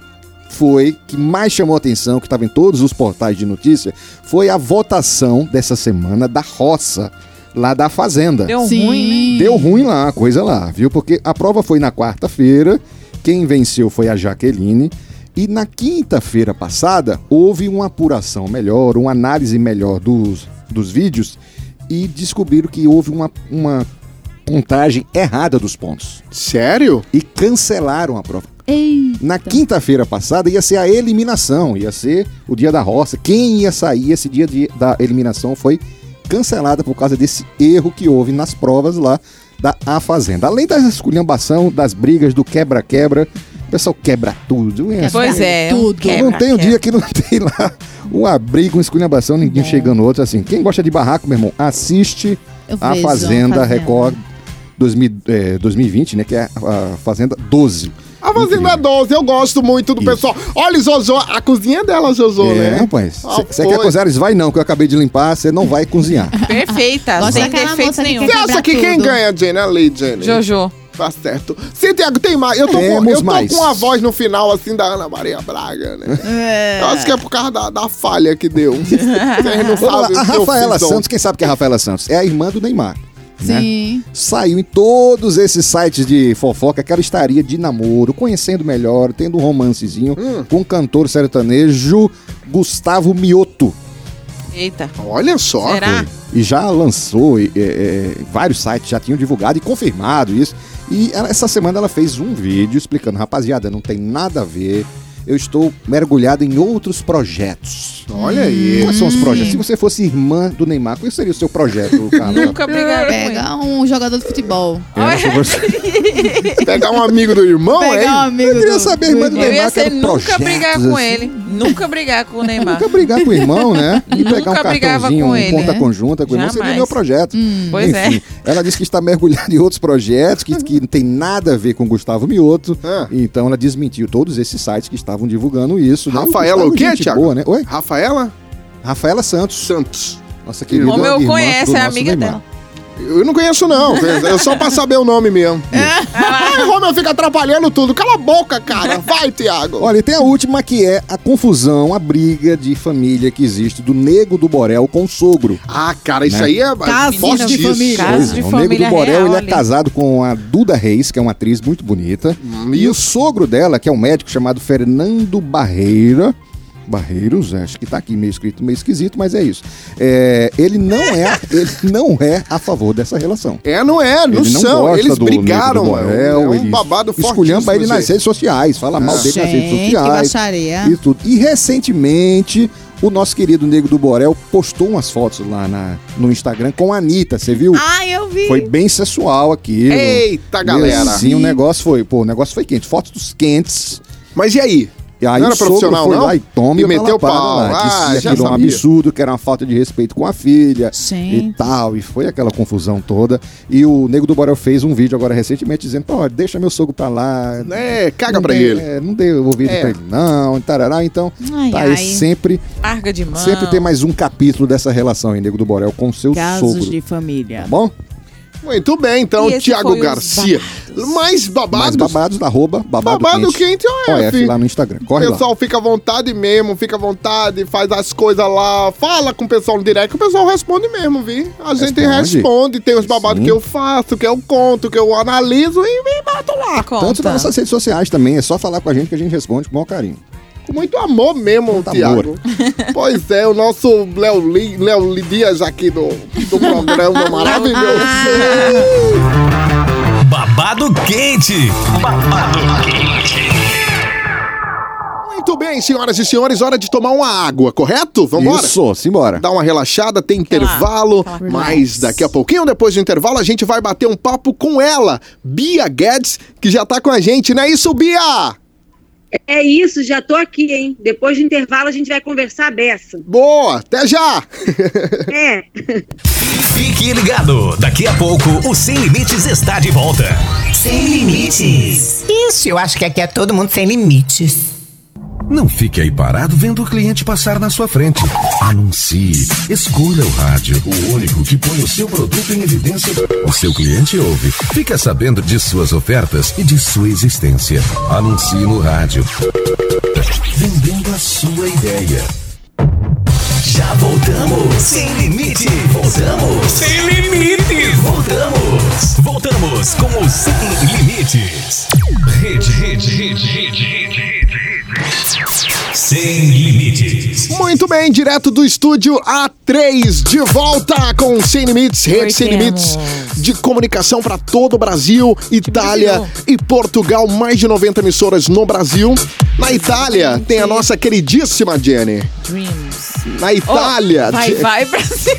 [SPEAKER 4] foi que mais chamou a atenção, que estava em todos os portais de notícia, foi a votação dessa semana da roça, lá da Fazenda.
[SPEAKER 3] Deu
[SPEAKER 5] Sim.
[SPEAKER 3] ruim, né?
[SPEAKER 4] Deu ruim lá, a coisa lá, viu? Porque a prova foi na quarta-feira, quem venceu foi a Jaqueline. E na quinta-feira passada, houve uma apuração melhor, uma análise melhor dos, dos vídeos e descobriram que houve uma, uma contagem errada dos pontos.
[SPEAKER 2] Sério?
[SPEAKER 4] E cancelaram a prova.
[SPEAKER 5] Ei.
[SPEAKER 4] Na quinta-feira passada ia ser a eliminação, ia ser o dia da roça. Quem ia sair esse dia de- da eliminação foi cancelada por causa desse erro que houve nas provas lá da A Fazenda. Além da esculhambação, das brigas, do quebra-quebra, o pessoal quebra tudo. hein?
[SPEAKER 3] Pois é. um
[SPEAKER 5] Tudo.
[SPEAKER 3] quebra,
[SPEAKER 4] não tem um
[SPEAKER 3] quebra.
[SPEAKER 4] dia que não tem lá um abrigo, uma esculhambação, ninguém chegando outro. Assim, quem gosta de barraco, meu irmão, assiste
[SPEAKER 5] Eu
[SPEAKER 4] a
[SPEAKER 5] vejo,
[SPEAKER 4] Fazenda
[SPEAKER 5] Fazenda.
[SPEAKER 4] Record 2000, eh, 2020, né? Que é a, a Fazenda 12.
[SPEAKER 2] A Fazenda 12, eu gosto muito do
[SPEAKER 4] Isso.
[SPEAKER 2] pessoal. Olha, Jojo, a cozinha é dela, Jojo,
[SPEAKER 4] É,
[SPEAKER 2] né?
[SPEAKER 4] rapaz.
[SPEAKER 2] Ah,
[SPEAKER 4] Você
[SPEAKER 2] foi.
[SPEAKER 4] quer cozinhar? Eles vai não, que eu acabei de limpar, você não vai cozinhar.
[SPEAKER 3] Perfeita,
[SPEAKER 5] Gosto
[SPEAKER 3] sem
[SPEAKER 5] daquela
[SPEAKER 3] defeito
[SPEAKER 5] moça que
[SPEAKER 3] nenhum.
[SPEAKER 5] quer-
[SPEAKER 2] Você acha
[SPEAKER 5] Quebrar
[SPEAKER 2] que quem
[SPEAKER 5] tudo.
[SPEAKER 2] ganha, Jenny? É lei, Jenny.
[SPEAKER 3] Jojo.
[SPEAKER 2] Tá certo. Sim, Tiago, tem mais. Eu tô, com,
[SPEAKER 4] Temos
[SPEAKER 2] eu tô
[SPEAKER 4] mais.
[SPEAKER 2] com a voz no final, assim, da Ana Maria Braga, né?
[SPEAKER 5] É.
[SPEAKER 2] Eu acho que é por causa da, da falha que deu. Vocês não
[SPEAKER 4] Vamos lá,
[SPEAKER 2] sabem
[SPEAKER 4] a
[SPEAKER 2] o que eu
[SPEAKER 4] Rafaela
[SPEAKER 2] fiz ontem.
[SPEAKER 4] Santos, quem sabe que é a Rafaela Santos? É a irmã do Neymar. né?
[SPEAKER 5] Sim.
[SPEAKER 4] Saiu em todos esses sites de fofoca que ela estaria de namoro, conhecendo melhor, tendo um romancezinho
[SPEAKER 2] Hum.
[SPEAKER 4] com o cantor sertanejo Gustavo Mioto.
[SPEAKER 3] Eita.
[SPEAKER 2] Olha só.
[SPEAKER 3] Será?
[SPEAKER 4] E já lançou, e, é, é, vários sites já tinham divulgado e confirmado isso. E ela- essa semana ela fez um vídeo explicando, rapaziada, não tem nada a ver. Eu estou mergulhado em outros projetos.
[SPEAKER 2] Olha aí.
[SPEAKER 4] Quais são os projetos? Se você fosse irmã do Neymar, qual seria o seu projeto, Carla?
[SPEAKER 3] Nunca brigaram com ele.
[SPEAKER 5] Pega um jogador de futebol.
[SPEAKER 4] É, se você-
[SPEAKER 2] Pegar um amigo do irmão,
[SPEAKER 5] Pegar um
[SPEAKER 2] hein?
[SPEAKER 5] amigo.
[SPEAKER 4] Eu queria
[SPEAKER 5] do-
[SPEAKER 4] saber, mas
[SPEAKER 5] do
[SPEAKER 4] não
[SPEAKER 5] irmão.
[SPEAKER 3] Eu ia
[SPEAKER 4] Neymar,
[SPEAKER 3] ser
[SPEAKER 4] quero
[SPEAKER 3] nunca
[SPEAKER 4] projetos,
[SPEAKER 3] brigar com
[SPEAKER 4] assim.
[SPEAKER 3] ele. Nunca brigar com o Neymar.
[SPEAKER 4] Nunca brigar com o irmão, né? E
[SPEAKER 3] Nunca
[SPEAKER 4] pegar
[SPEAKER 3] brigava
[SPEAKER 4] um cartãozinho,
[SPEAKER 3] com
[SPEAKER 4] um
[SPEAKER 3] ele,
[SPEAKER 4] conta
[SPEAKER 3] né?
[SPEAKER 4] conjunta com o irmão, seria o
[SPEAKER 3] Jamais. Hum,
[SPEAKER 4] meu projeto.
[SPEAKER 3] Pois é.
[SPEAKER 4] Enfim, Ela disse que está mergulhada em outros projetos, que, que não tem nada a ver com Gustavo Mioto.
[SPEAKER 2] Ah.
[SPEAKER 4] Então ela desmentiu todos esses sites que estavam divulgando isso. né?
[SPEAKER 2] Rafaela
[SPEAKER 4] Gustavo,
[SPEAKER 2] o quê,
[SPEAKER 4] gente
[SPEAKER 2] Thiago?
[SPEAKER 4] boa, né? Oi?
[SPEAKER 2] Rafaela
[SPEAKER 4] Rafaela Santos,
[SPEAKER 2] Santos.
[SPEAKER 4] nossa querida
[SPEAKER 3] Como eu
[SPEAKER 4] irmã
[SPEAKER 3] conheço,
[SPEAKER 4] do
[SPEAKER 3] é
[SPEAKER 4] nosso
[SPEAKER 3] amiga
[SPEAKER 4] Neymar.
[SPEAKER 3] dela.
[SPEAKER 2] Eu não conheço, não. É só pra saber o nome mesmo.
[SPEAKER 5] É.
[SPEAKER 2] Ai, Romeu fica atrapalhando tudo. Cala a boca, cara. Vai, Tiago.
[SPEAKER 4] Olha, e tem a última que é a confusão, a briga de família que existe do Nego do Borel com o sogro.
[SPEAKER 2] Ah, cara, isso
[SPEAKER 4] Né?
[SPEAKER 2] aí é
[SPEAKER 5] Caso
[SPEAKER 2] forte
[SPEAKER 5] de
[SPEAKER 2] disso.
[SPEAKER 5] família.
[SPEAKER 3] Caso de
[SPEAKER 4] é, o Nego do
[SPEAKER 3] família
[SPEAKER 4] Borel
[SPEAKER 3] real
[SPEAKER 4] ele é
[SPEAKER 3] ali.
[SPEAKER 4] casado com a Duda Reis, que é uma atriz muito bonita.
[SPEAKER 2] Hum,
[SPEAKER 4] E o sogro dela, que é um médico chamado Fernando Barreira. Barreiros, acho que tá aqui meio escrito, meio esquisito, mas é isso. É, ele não é, ele não é a favor dessa relação.
[SPEAKER 2] É, não é, não
[SPEAKER 4] Ele não
[SPEAKER 2] são.
[SPEAKER 4] gosta
[SPEAKER 2] Eles
[SPEAKER 4] do
[SPEAKER 2] brigaram,
[SPEAKER 4] Nego do
[SPEAKER 2] mano.
[SPEAKER 4] Borel,
[SPEAKER 2] é um
[SPEAKER 4] ele
[SPEAKER 2] babado forte.
[SPEAKER 4] Esculhamba ele nas redes sociais, fala mal dele nas redes
[SPEAKER 5] Gente, que
[SPEAKER 4] sociais
[SPEAKER 5] baixaria.
[SPEAKER 4] e tudo. E recentemente, o nosso querido Nego do Borel postou umas fotos lá na- no Instagram com a Anitta, você viu?
[SPEAKER 5] Ai, Ah, eu vi.
[SPEAKER 4] Foi bem sensual aqui.
[SPEAKER 2] Eita, galera.
[SPEAKER 4] Sim, o negócio foi, pô, o negócio foi quente. Fotos dos quentes.
[SPEAKER 2] Mas e aí?
[SPEAKER 4] E aí
[SPEAKER 2] Não
[SPEAKER 4] o
[SPEAKER 2] era
[SPEAKER 4] sogro
[SPEAKER 2] profissional,
[SPEAKER 4] foi
[SPEAKER 2] não?
[SPEAKER 4] lá e toma
[SPEAKER 2] E
[SPEAKER 4] uma
[SPEAKER 2] meteu
[SPEAKER 4] lapada
[SPEAKER 2] pau.
[SPEAKER 4] lá,
[SPEAKER 2] Ah,
[SPEAKER 4] disse que
[SPEAKER 2] já
[SPEAKER 4] aquilo era um
[SPEAKER 2] sabia.
[SPEAKER 4] absurdo, que era uma falta de respeito com a filha e
[SPEAKER 5] Gente.
[SPEAKER 4] tal. E foi aquela confusão toda. E o Nego do Borel fez um vídeo agora recentemente dizendo, pô, deixa meu sogro pra lá.
[SPEAKER 2] É, caga
[SPEAKER 4] Não
[SPEAKER 2] pra
[SPEAKER 4] dê-
[SPEAKER 2] ele.
[SPEAKER 4] é, não deu ouvido
[SPEAKER 2] É.
[SPEAKER 4] pra ele, não, e tarará. Então,
[SPEAKER 5] Ai,
[SPEAKER 4] tá aí
[SPEAKER 5] ai.
[SPEAKER 4] sempre,
[SPEAKER 3] Larga de mão.
[SPEAKER 4] sempre tem mais um capítulo dessa relação aí, Nego do Borel, com o seu
[SPEAKER 5] Casos
[SPEAKER 4] sogro.
[SPEAKER 5] de família.
[SPEAKER 4] Tá bom?
[SPEAKER 2] Muito bem, então,
[SPEAKER 3] E esse
[SPEAKER 2] Tiago
[SPEAKER 3] foi os
[SPEAKER 2] Garcia. Mais
[SPEAKER 4] Mais
[SPEAKER 2] babados.
[SPEAKER 4] babados, arroba, babado,
[SPEAKER 2] Babado Quente
[SPEAKER 4] quente.
[SPEAKER 2] OF.
[SPEAKER 4] OF lá no Instagram. Corre lá.
[SPEAKER 2] pessoal fica à vontade mesmo, fica à vontade, faz as coisas lá, fala com o pessoal no direct, o pessoal responde mesmo, vi? A gente
[SPEAKER 4] Responde.
[SPEAKER 2] responde, tem os babados
[SPEAKER 4] Sim.
[SPEAKER 2] que eu faço, que eu conto, que eu analiso e me bato lá.
[SPEAKER 4] Tanto nas
[SPEAKER 3] Conta.
[SPEAKER 4] nossas redes sociais também, é só falar com a gente que a gente responde com o maior carinho.
[SPEAKER 2] Com muito amor mesmo,
[SPEAKER 4] Muito
[SPEAKER 2] Tiago.
[SPEAKER 4] amor.
[SPEAKER 2] Pois é, o nosso Léo Li- Léo Li Dias aqui do, do programa maravilhoso.
[SPEAKER 3] Ah.
[SPEAKER 1] Babado quente. Babado quente.
[SPEAKER 2] Muito bem, senhoras e senhores, hora de tomar uma água, correto? Vambora?
[SPEAKER 4] Isso, simbora.
[SPEAKER 2] Dá uma relaxada, tem intervalo, mas daqui a pouquinho, depois do intervalo, a gente vai bater um papo com ela, Bia Guedes, que já tá com a gente, não é isso, Bia?
[SPEAKER 7] É isso, já tô aqui, hein? Depois do intervalo a gente vai conversar a beça.
[SPEAKER 2] Boa, um até já!
[SPEAKER 7] É.
[SPEAKER 1] Fique ligado. Daqui a pouco o Sem Limites está de volta. Sem Limites.
[SPEAKER 8] Isso, eu acho que aqui é todo mundo sem limites.
[SPEAKER 9] Não fique aí parado vendo o cliente passar na sua frente. Anuncie. Escolha o rádio, o único que põe o seu produto em evidência. O seu cliente ouve. Fica sabendo de suas ofertas e de sua existência. Anuncie no rádio. Vendendo a sua ideia.
[SPEAKER 1] Já voltamos. Sem Limite. Voltamos. Sem Limites. Voltamos. Voltamos com o Sem Limites. Rede, rede, rede, rede, rede, rede, rede. Sem Limites.
[SPEAKER 2] Muito bem, direto do estúdio A3, de volta com Sem Limites, Rede Sem Limites, de comunicação para todo o Brasil, Itália e Portugal, mais de 90 emissoras no Brasil. Na Itália, tem a nossa queridíssima Jenny.
[SPEAKER 3] Dreams.
[SPEAKER 2] Na
[SPEAKER 3] Ó,
[SPEAKER 2] Itália,
[SPEAKER 3] Oh, vai,
[SPEAKER 2] Je-
[SPEAKER 3] vai, Brasil.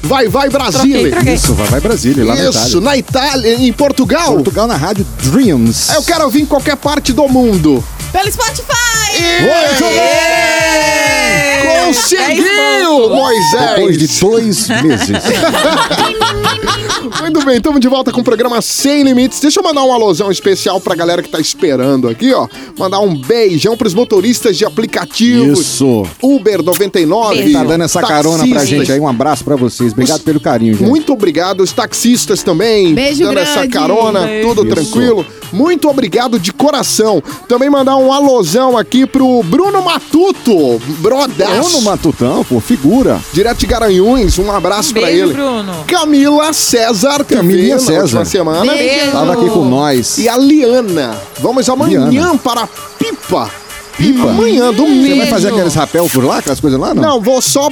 [SPEAKER 2] vai, vai,
[SPEAKER 3] Troquei,
[SPEAKER 2] Brasília.
[SPEAKER 3] troquei.
[SPEAKER 4] Isso, vai, vai Brasília, lá na
[SPEAKER 2] Isso,
[SPEAKER 4] Itália.
[SPEAKER 2] na Itália, em Portugal.
[SPEAKER 4] Portugal na rádio Dreams.
[SPEAKER 2] Eu quero ouvir em qualquer parte do mundo.
[SPEAKER 5] Pelo Spotify!
[SPEAKER 4] Muito bem!
[SPEAKER 2] É, Conseguiu,
[SPEAKER 4] É Depois de
[SPEAKER 2] Moisés!
[SPEAKER 4] dois meses.
[SPEAKER 2] Muito bem, estamos de volta com o programa Sem Limites. Deixa eu mandar um alôzão especial pra galera que tá esperando aqui, ó. Mandar um beijão pros motoristas de aplicativos.
[SPEAKER 4] Isso.
[SPEAKER 2] Uber 99.
[SPEAKER 4] tá dando essa carona pra
[SPEAKER 2] taxistas.
[SPEAKER 4] gente aí. Um abraço pra vocês. Obrigado
[SPEAKER 2] Os-
[SPEAKER 4] pelo carinho, gente.
[SPEAKER 2] Muito obrigado, os taxistas também.
[SPEAKER 5] Beijo
[SPEAKER 2] dando essa
[SPEAKER 5] grande.
[SPEAKER 2] carona, tudo
[SPEAKER 4] Isso.
[SPEAKER 2] tranquilo. Muito obrigado de coração. Também mandar um alôzão aqui pro Bruno Matuto, brodas.
[SPEAKER 4] Bruno Matutão, pô, figura.
[SPEAKER 2] Direto de Garanhuns, um abraço pra
[SPEAKER 3] Beijo,
[SPEAKER 2] ele.
[SPEAKER 3] Bruno.
[SPEAKER 2] Camila César, que veio
[SPEAKER 4] Camilinha
[SPEAKER 2] na última
[SPEAKER 4] César.
[SPEAKER 2] semana.
[SPEAKER 5] Beijo.
[SPEAKER 4] Tava aqui com nós.
[SPEAKER 2] E a Liana. Vamos amanhã
[SPEAKER 4] Liana.
[SPEAKER 2] para Pipa.
[SPEAKER 4] Pipa?
[SPEAKER 2] Amanhã,
[SPEAKER 4] Você
[SPEAKER 2] domingo.
[SPEAKER 4] vai fazer aqueles rapel por lá, aquelas coisas lá, não?
[SPEAKER 2] Não, vou só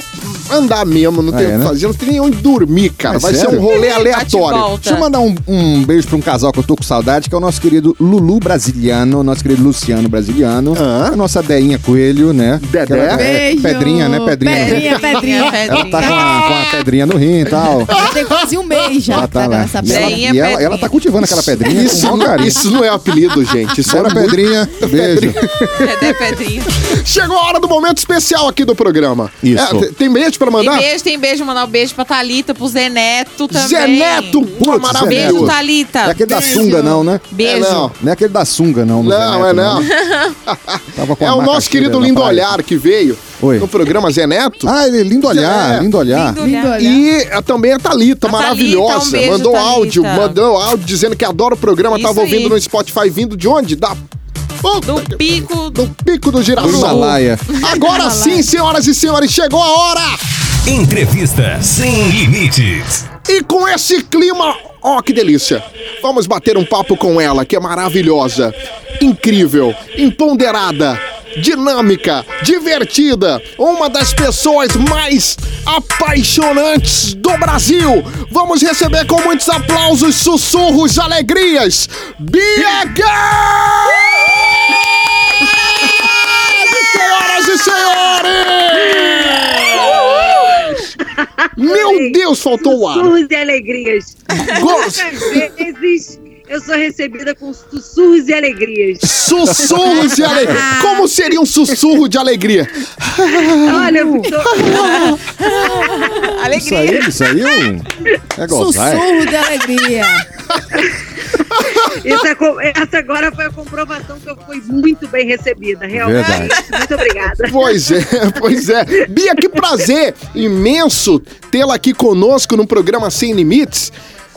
[SPEAKER 2] andar mesmo, não
[SPEAKER 4] Ah,
[SPEAKER 2] tenho o
[SPEAKER 4] é,
[SPEAKER 2] que
[SPEAKER 4] né?
[SPEAKER 2] fazer, não tem nem onde dormir, cara.
[SPEAKER 4] É
[SPEAKER 2] Vai ser
[SPEAKER 4] sério?
[SPEAKER 2] um rolê
[SPEAKER 3] Bate e
[SPEAKER 2] aleatório.
[SPEAKER 3] volta.
[SPEAKER 4] Deixa eu mandar um, um beijo pra um casal que eu tô com saudade, que é o nosso querido Lulu Brasiliano, nosso querido Luciano Brasiliano,
[SPEAKER 2] Ah.
[SPEAKER 4] a nossa Deinha Coelho, né?
[SPEAKER 2] Dedé.
[SPEAKER 4] Que ela- é,
[SPEAKER 5] Beijo.
[SPEAKER 4] Pedrinha, né? Pedrinha.
[SPEAKER 5] Pedrinha, pedrinha.
[SPEAKER 4] Ela tá com a, com a pedrinha no rim e tal.
[SPEAKER 5] Já tem quase um mês já.
[SPEAKER 4] Ela tá,
[SPEAKER 5] pegando
[SPEAKER 4] lá.
[SPEAKER 5] essa
[SPEAKER 4] E, ela,
[SPEAKER 5] pedra.
[SPEAKER 3] Deinha,
[SPEAKER 4] e ela,
[SPEAKER 3] pedrinha.
[SPEAKER 4] ela tá cultivando aquela pedrinha
[SPEAKER 2] Isso,
[SPEAKER 4] com o maior
[SPEAKER 2] não,
[SPEAKER 4] carinho.
[SPEAKER 2] isso não é apelido, gente. Isso era
[SPEAKER 4] Bora,
[SPEAKER 2] muito-
[SPEAKER 4] Pedrinha. Beijo.
[SPEAKER 3] Cadê Pedrinho?
[SPEAKER 2] Chegou a hora do momento especial aqui do programa.
[SPEAKER 4] Isso.
[SPEAKER 2] É, te- tem beijo pra
[SPEAKER 3] Tem
[SPEAKER 2] mandar?
[SPEAKER 3] beijo, tem beijo. Mandar um beijo pra Thalita, pro Zé Neto também.
[SPEAKER 2] Zé Neto, pô,
[SPEAKER 3] Beijo, tá?
[SPEAKER 4] Putz, Zé Neto.
[SPEAKER 2] maravilhoso.
[SPEAKER 3] Thalita.
[SPEAKER 4] Não é aquele da sunga, não, né?
[SPEAKER 2] É,
[SPEAKER 3] Beijo.
[SPEAKER 2] não.
[SPEAKER 4] Não é aquele da sunga, não. no
[SPEAKER 2] Não, é
[SPEAKER 4] Zé Neto,
[SPEAKER 2] não.
[SPEAKER 4] Tava com a
[SPEAKER 2] É o
[SPEAKER 4] macaxeira
[SPEAKER 2] nosso querido
[SPEAKER 4] na
[SPEAKER 2] Lindo
[SPEAKER 4] praia.
[SPEAKER 2] Olhar que veio
[SPEAKER 4] Oi.
[SPEAKER 2] no programa Zé Neto.
[SPEAKER 4] Ah, ele, lindo olhar,
[SPEAKER 2] É.
[SPEAKER 4] lindo olhar.
[SPEAKER 3] Lindo
[SPEAKER 5] Lindo
[SPEAKER 3] olhar.
[SPEAKER 5] olhar.
[SPEAKER 2] E a- também a Thalita,
[SPEAKER 3] A
[SPEAKER 2] maravilhosa.
[SPEAKER 3] Thalita, um beijo,
[SPEAKER 2] mandou
[SPEAKER 3] Thalita.
[SPEAKER 2] áudio, mandou áudio dizendo que adora o programa.
[SPEAKER 3] Isso
[SPEAKER 2] Tava ouvindo
[SPEAKER 3] aí.
[SPEAKER 2] no Spotify vindo de onde? Da puta que-
[SPEAKER 3] Do
[SPEAKER 2] do
[SPEAKER 3] pico do...
[SPEAKER 2] pico do
[SPEAKER 4] Do
[SPEAKER 2] girassol.
[SPEAKER 4] Himalaia.
[SPEAKER 2] Agora sim, senhoras e senhores, chegou a hora!
[SPEAKER 1] Entrevista Sem Limites.
[SPEAKER 2] E com esse clima, ó que delícia! Vamos bater um papo com ela, que é maravilhosa, incrível, empoderada, dinâmica, divertida, uma das pessoas mais apaixonantes do Brasil. Vamos receber com muitos aplausos, sussurros, alegrias, Bia Guedes! Senhoras e senhores! Meu Deus, faltou o ar.
[SPEAKER 7] Sussurros e alegrias.
[SPEAKER 2] Gos-
[SPEAKER 7] Muitas vezes eu sou recebida com sussurros e alegrias.
[SPEAKER 2] Sussurros de alegria. Como seria um sussurro de alegria?
[SPEAKER 7] Olha, eu tô...
[SPEAKER 4] Isso aí, isso aí é um- é gozar.
[SPEAKER 5] Sussurro de alegria.
[SPEAKER 7] Isso é co- essa agora foi a comprovação que eu fui muito bem recebida, realmente.
[SPEAKER 4] Verdade.
[SPEAKER 7] Muito obrigada.
[SPEAKER 2] Pois é, pois é. Bia, que prazer imenso tê-la aqui conosco no programa Sem Limites.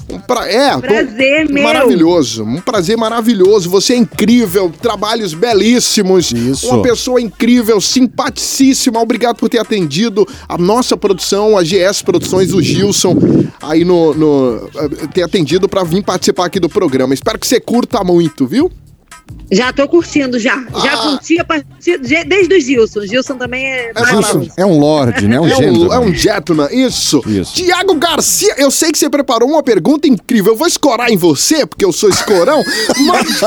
[SPEAKER 2] Um pra- É, tô-
[SPEAKER 7] Prazer meu.
[SPEAKER 2] Maravilhoso, um prazer maravilhoso. Você é incrível, trabalhos belíssimos.
[SPEAKER 4] Isso.
[SPEAKER 2] Uma pessoa incrível, simpaticíssima. Obrigado por ter atendido a nossa produção, a GS Produções, o Gilson, aí no. no- eh, ter atendido para vir participar aqui do programa. Espero que você curta muito, viu?
[SPEAKER 7] Já tô curtindo, já. Já
[SPEAKER 2] Ah.
[SPEAKER 7] curti a partir, de- desde o Gilson. Gilson também é, maravilhoso.
[SPEAKER 4] Gilson é um lorde, né? Um
[SPEAKER 2] é, um,
[SPEAKER 4] gênero.
[SPEAKER 2] é um gentleman, isso.
[SPEAKER 4] Isso.
[SPEAKER 2] Tiago Garcia, eu sei que você preparou uma pergunta incrível. Eu vou escorar em você, porque eu sou escorão, mas,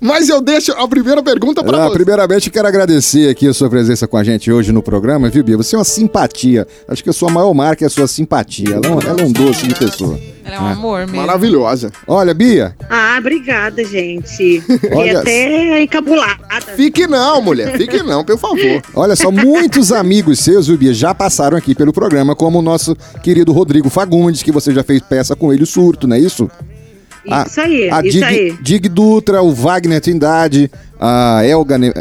[SPEAKER 2] mas eu deixo a primeira pergunta pra
[SPEAKER 4] Ah,
[SPEAKER 2] você.
[SPEAKER 4] primeiramente, quero agradecer aqui a sua presença com a gente hoje no programa, viu, Bia? Você é uma simpatia. Acho que a sua maior marca é a sua simpatia. Ela é um, ela é um doce de pessoa.
[SPEAKER 3] Ela é um amor mesmo.
[SPEAKER 2] Maravilhosa.
[SPEAKER 4] Olha, Bia,
[SPEAKER 7] Ah, obrigada, gente. Fiquei
[SPEAKER 4] Olha-
[SPEAKER 7] até encabulada.
[SPEAKER 2] Fique não, mulher. Fique não, por favor.
[SPEAKER 4] olha só, muitos amigos seus, viu, Bia, já passaram aqui pelo programa, como o nosso querido Rodrigo Fagundes, que você já fez peça com ele, o surto, não é isso? A-
[SPEAKER 7] Isso aí,
[SPEAKER 4] Ah, a
[SPEAKER 7] É, isso
[SPEAKER 4] Dig,
[SPEAKER 7] aí.
[SPEAKER 4] Dig Dutra, o Wagner Trindade, a Helga, ne...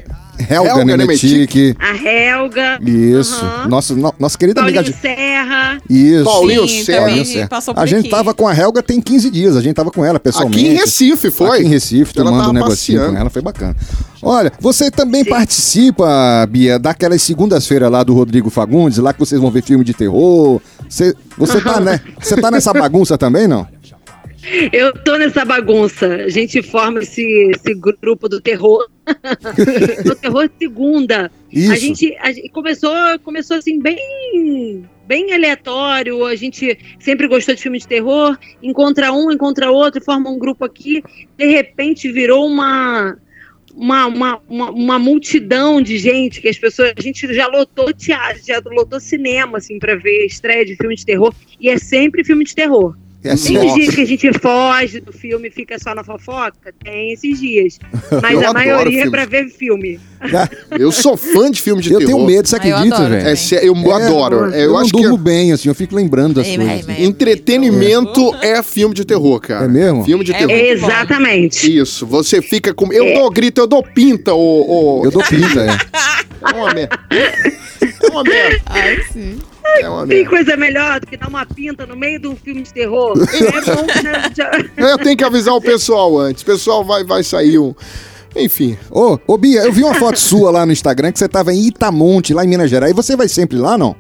[SPEAKER 4] Helga,
[SPEAKER 2] Helga
[SPEAKER 4] Nemetic.
[SPEAKER 7] A Helga.
[SPEAKER 4] Isso.
[SPEAKER 7] aham.
[SPEAKER 4] Nossa, no- nossa querida
[SPEAKER 7] Paulinho
[SPEAKER 4] amiga.
[SPEAKER 7] Serra.
[SPEAKER 4] Isso.
[SPEAKER 2] Paulinho
[SPEAKER 3] Sim,
[SPEAKER 2] Serra.
[SPEAKER 4] Paulinho
[SPEAKER 3] também
[SPEAKER 4] Serra.
[SPEAKER 3] passou por
[SPEAKER 4] A gente
[SPEAKER 3] aqui.
[SPEAKER 4] tava com a Helga tem 15 dias, a gente tava com ela pessoalmente.
[SPEAKER 2] Aqui em Recife, foi?
[SPEAKER 4] Aqui em Recife,
[SPEAKER 2] Ela
[SPEAKER 4] tomando
[SPEAKER 2] tava
[SPEAKER 4] um negocinho
[SPEAKER 2] passeando.
[SPEAKER 4] com ela, foi bacana. Olha, você também participa, Bia, daquelas segundas-feiras lá do Rodrigo Fagundes, lá que vocês vão ver filme de terror. Você, você, tá, né? você tá nessa bagunça também, não?
[SPEAKER 7] Eu tô nessa bagunça. A gente forma esse, esse grupo do terror. do terror segunda.
[SPEAKER 4] Isso.
[SPEAKER 7] A gente, a gente começou, começou assim, bem, bem aleatório. A gente sempre gostou de filme de terror. Encontra um, encontra outro, forma um grupo aqui. De repente virou uma. Uma, uma, uma, uma multidão de gente que as pessoas. A gente já lotou teatro, já lotou cinema, assim, pra ver estreia de filme de terror. E é sempre filme de terror.
[SPEAKER 4] É assim,
[SPEAKER 7] Tem
[SPEAKER 2] Nossa.
[SPEAKER 7] os dias que a gente foge do filme e fica só na fofoca? Tem esses dias.
[SPEAKER 2] Eu
[SPEAKER 7] Mas a
[SPEAKER 2] adoro
[SPEAKER 7] maioria é
[SPEAKER 2] filme.
[SPEAKER 7] pra ver filme.
[SPEAKER 2] Eu sou fã de filme de
[SPEAKER 4] Tá? eu
[SPEAKER 2] terror.
[SPEAKER 4] tenho medo, você
[SPEAKER 3] Ah, eu
[SPEAKER 4] acredita,
[SPEAKER 3] adoro.
[SPEAKER 4] velho?
[SPEAKER 2] É, sé- eu
[SPEAKER 4] É,
[SPEAKER 2] adoro. É, Eu,
[SPEAKER 4] não
[SPEAKER 2] acho que
[SPEAKER 4] durmo bem, assim, eu fico lembrando das
[SPEAKER 3] Ei,
[SPEAKER 4] coisas.
[SPEAKER 3] vai,
[SPEAKER 4] assim.
[SPEAKER 3] vai.
[SPEAKER 2] entretenimento é filme de terror, cara.
[SPEAKER 4] É mesmo?
[SPEAKER 2] Filme de
[SPEAKER 3] É
[SPEAKER 2] terror.
[SPEAKER 3] muito bom.
[SPEAKER 7] Exatamente.
[SPEAKER 2] Isso, você fica com. Eu dou grito, eu dou pinta, ô. ô-
[SPEAKER 4] Eu dou pinta, é.
[SPEAKER 2] É uma merda. É uma merda.
[SPEAKER 3] Ai, sim.
[SPEAKER 2] É uma
[SPEAKER 7] Tem
[SPEAKER 2] merda.
[SPEAKER 7] coisa melhor do que dar uma pinta no meio de um filme de terror? é bom que já- já-
[SPEAKER 2] Eu tenho que avisar o pessoal antes. O pessoal vai, vai sair um. Enfim.
[SPEAKER 4] Ô, ô Bia, eu vi uma foto sua lá no Instagram que você tava em Itamonte, lá em Minas Gerais. E você vai sempre lá, não?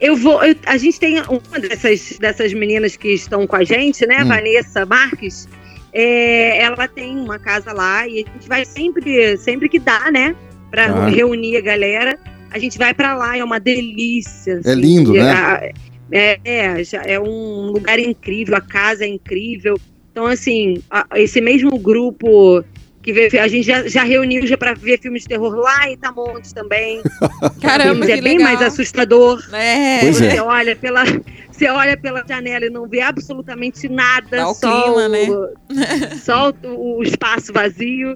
[SPEAKER 7] Eu vou. eu- a gente tem uma dessas, dessas meninas que estão com a gente, né? Vanessa Marques. é, ela tem uma casa lá e a gente vai sempre, sempre que dá, né? Pra
[SPEAKER 4] Ah.
[SPEAKER 7] reunir a galera. A gente vai pra lá, é uma delícia.
[SPEAKER 4] É lindo,
[SPEAKER 7] E
[SPEAKER 4] né?
[SPEAKER 7] a- é, é, já- é um lugar incrível, a casa é incrível. Então, assim, a- esse mesmo grupo que vê, a gente já, já reuniu já pra ver filmes de terror lá em Itamonte também.
[SPEAKER 3] Caramba,
[SPEAKER 7] Filmes
[SPEAKER 3] que
[SPEAKER 7] é bem
[SPEAKER 3] legal.
[SPEAKER 7] mais assustador.
[SPEAKER 3] É,
[SPEAKER 4] Pois
[SPEAKER 7] Você
[SPEAKER 4] é.
[SPEAKER 7] olha pela você olha pela janela e não vê absolutamente nada,
[SPEAKER 3] Dá o
[SPEAKER 7] só
[SPEAKER 3] clima, né?
[SPEAKER 7] o, só o, o espaço vazio.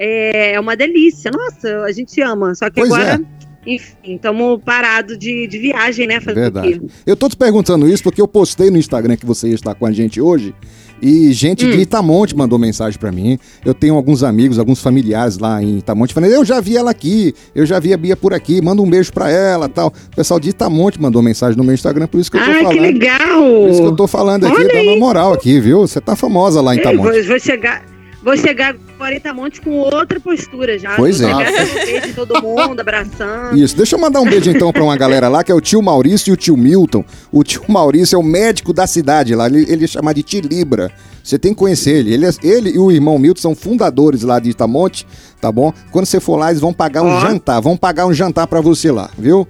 [SPEAKER 7] É, é uma delícia. Nossa, a gente ama. Só que
[SPEAKER 4] Pois é.
[SPEAKER 7] agora, enfim, estamos parados de, de viagem, né? Fazendo
[SPEAKER 4] Verdade.
[SPEAKER 7] o quê?
[SPEAKER 4] Eu tô te perguntando isso porque eu postei no Instagram que você está com a gente hoje e gente
[SPEAKER 7] Hum.
[SPEAKER 4] de Itamonte mandou mensagem pra mim. Eu tenho alguns amigos, alguns familiares lá em Itamonte falando: "Eu já vi ela aqui, eu já vi a Bia por aqui, manda um beijo pra ela", tal. O pessoal de Itamonte mandou mensagem no meu Instagram, por isso que eu tô
[SPEAKER 7] Ai,
[SPEAKER 4] falando.
[SPEAKER 7] que
[SPEAKER 4] Por isso que eu
[SPEAKER 7] legal!
[SPEAKER 4] tô falando aqui,
[SPEAKER 7] Olha
[SPEAKER 4] dá uma moral aqui, viu? Você tá famosa lá em
[SPEAKER 7] Ei,
[SPEAKER 4] Itamonte.
[SPEAKER 7] vou, vou chegar. Vou chegar agora em Tamonte com outra postura já.
[SPEAKER 4] Pois
[SPEAKER 7] vou
[SPEAKER 4] é.
[SPEAKER 7] chegar dando beijo em todo mundo, abraçando.
[SPEAKER 4] Isso, deixa eu mandar um beijo então pra uma galera lá, que é o tio Maurício e o tio Milton. O tio Maurício é o médico da cidade lá, ele, ele é chamado de Tilibra. Você tem que conhecer ele. Ele, é- ele e o irmão Milton são fundadores lá de Itamonte, tá bom? Quando você for lá, eles vão pagar um
[SPEAKER 7] Ó.
[SPEAKER 4] jantar, vão pagar um jantar pra você lá, viu?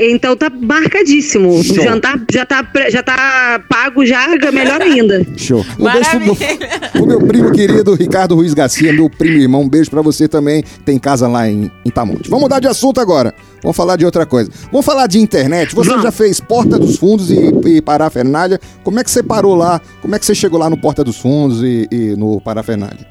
[SPEAKER 7] Então tá marcadíssimo.
[SPEAKER 4] Show.
[SPEAKER 7] O jantar já tá, pre- já tá pago, já melhor ainda.
[SPEAKER 4] Show. Um beijo pro meu,
[SPEAKER 3] Maravilha.
[SPEAKER 4] pro meu primo querido Ricardo Ruiz Garcia, meu primo e irmão. Um beijo pra você também. Tem casa lá em Itamonte. Vamos mudar de assunto agora. Vamos falar de outra coisa. Vamos falar de internet. Você
[SPEAKER 7] Vamos.
[SPEAKER 4] já fez Porta dos Fundos e, e Parafernália. Como é que você parou lá? Como é que você chegou lá no Porta dos Fundos e, e no Parafernália?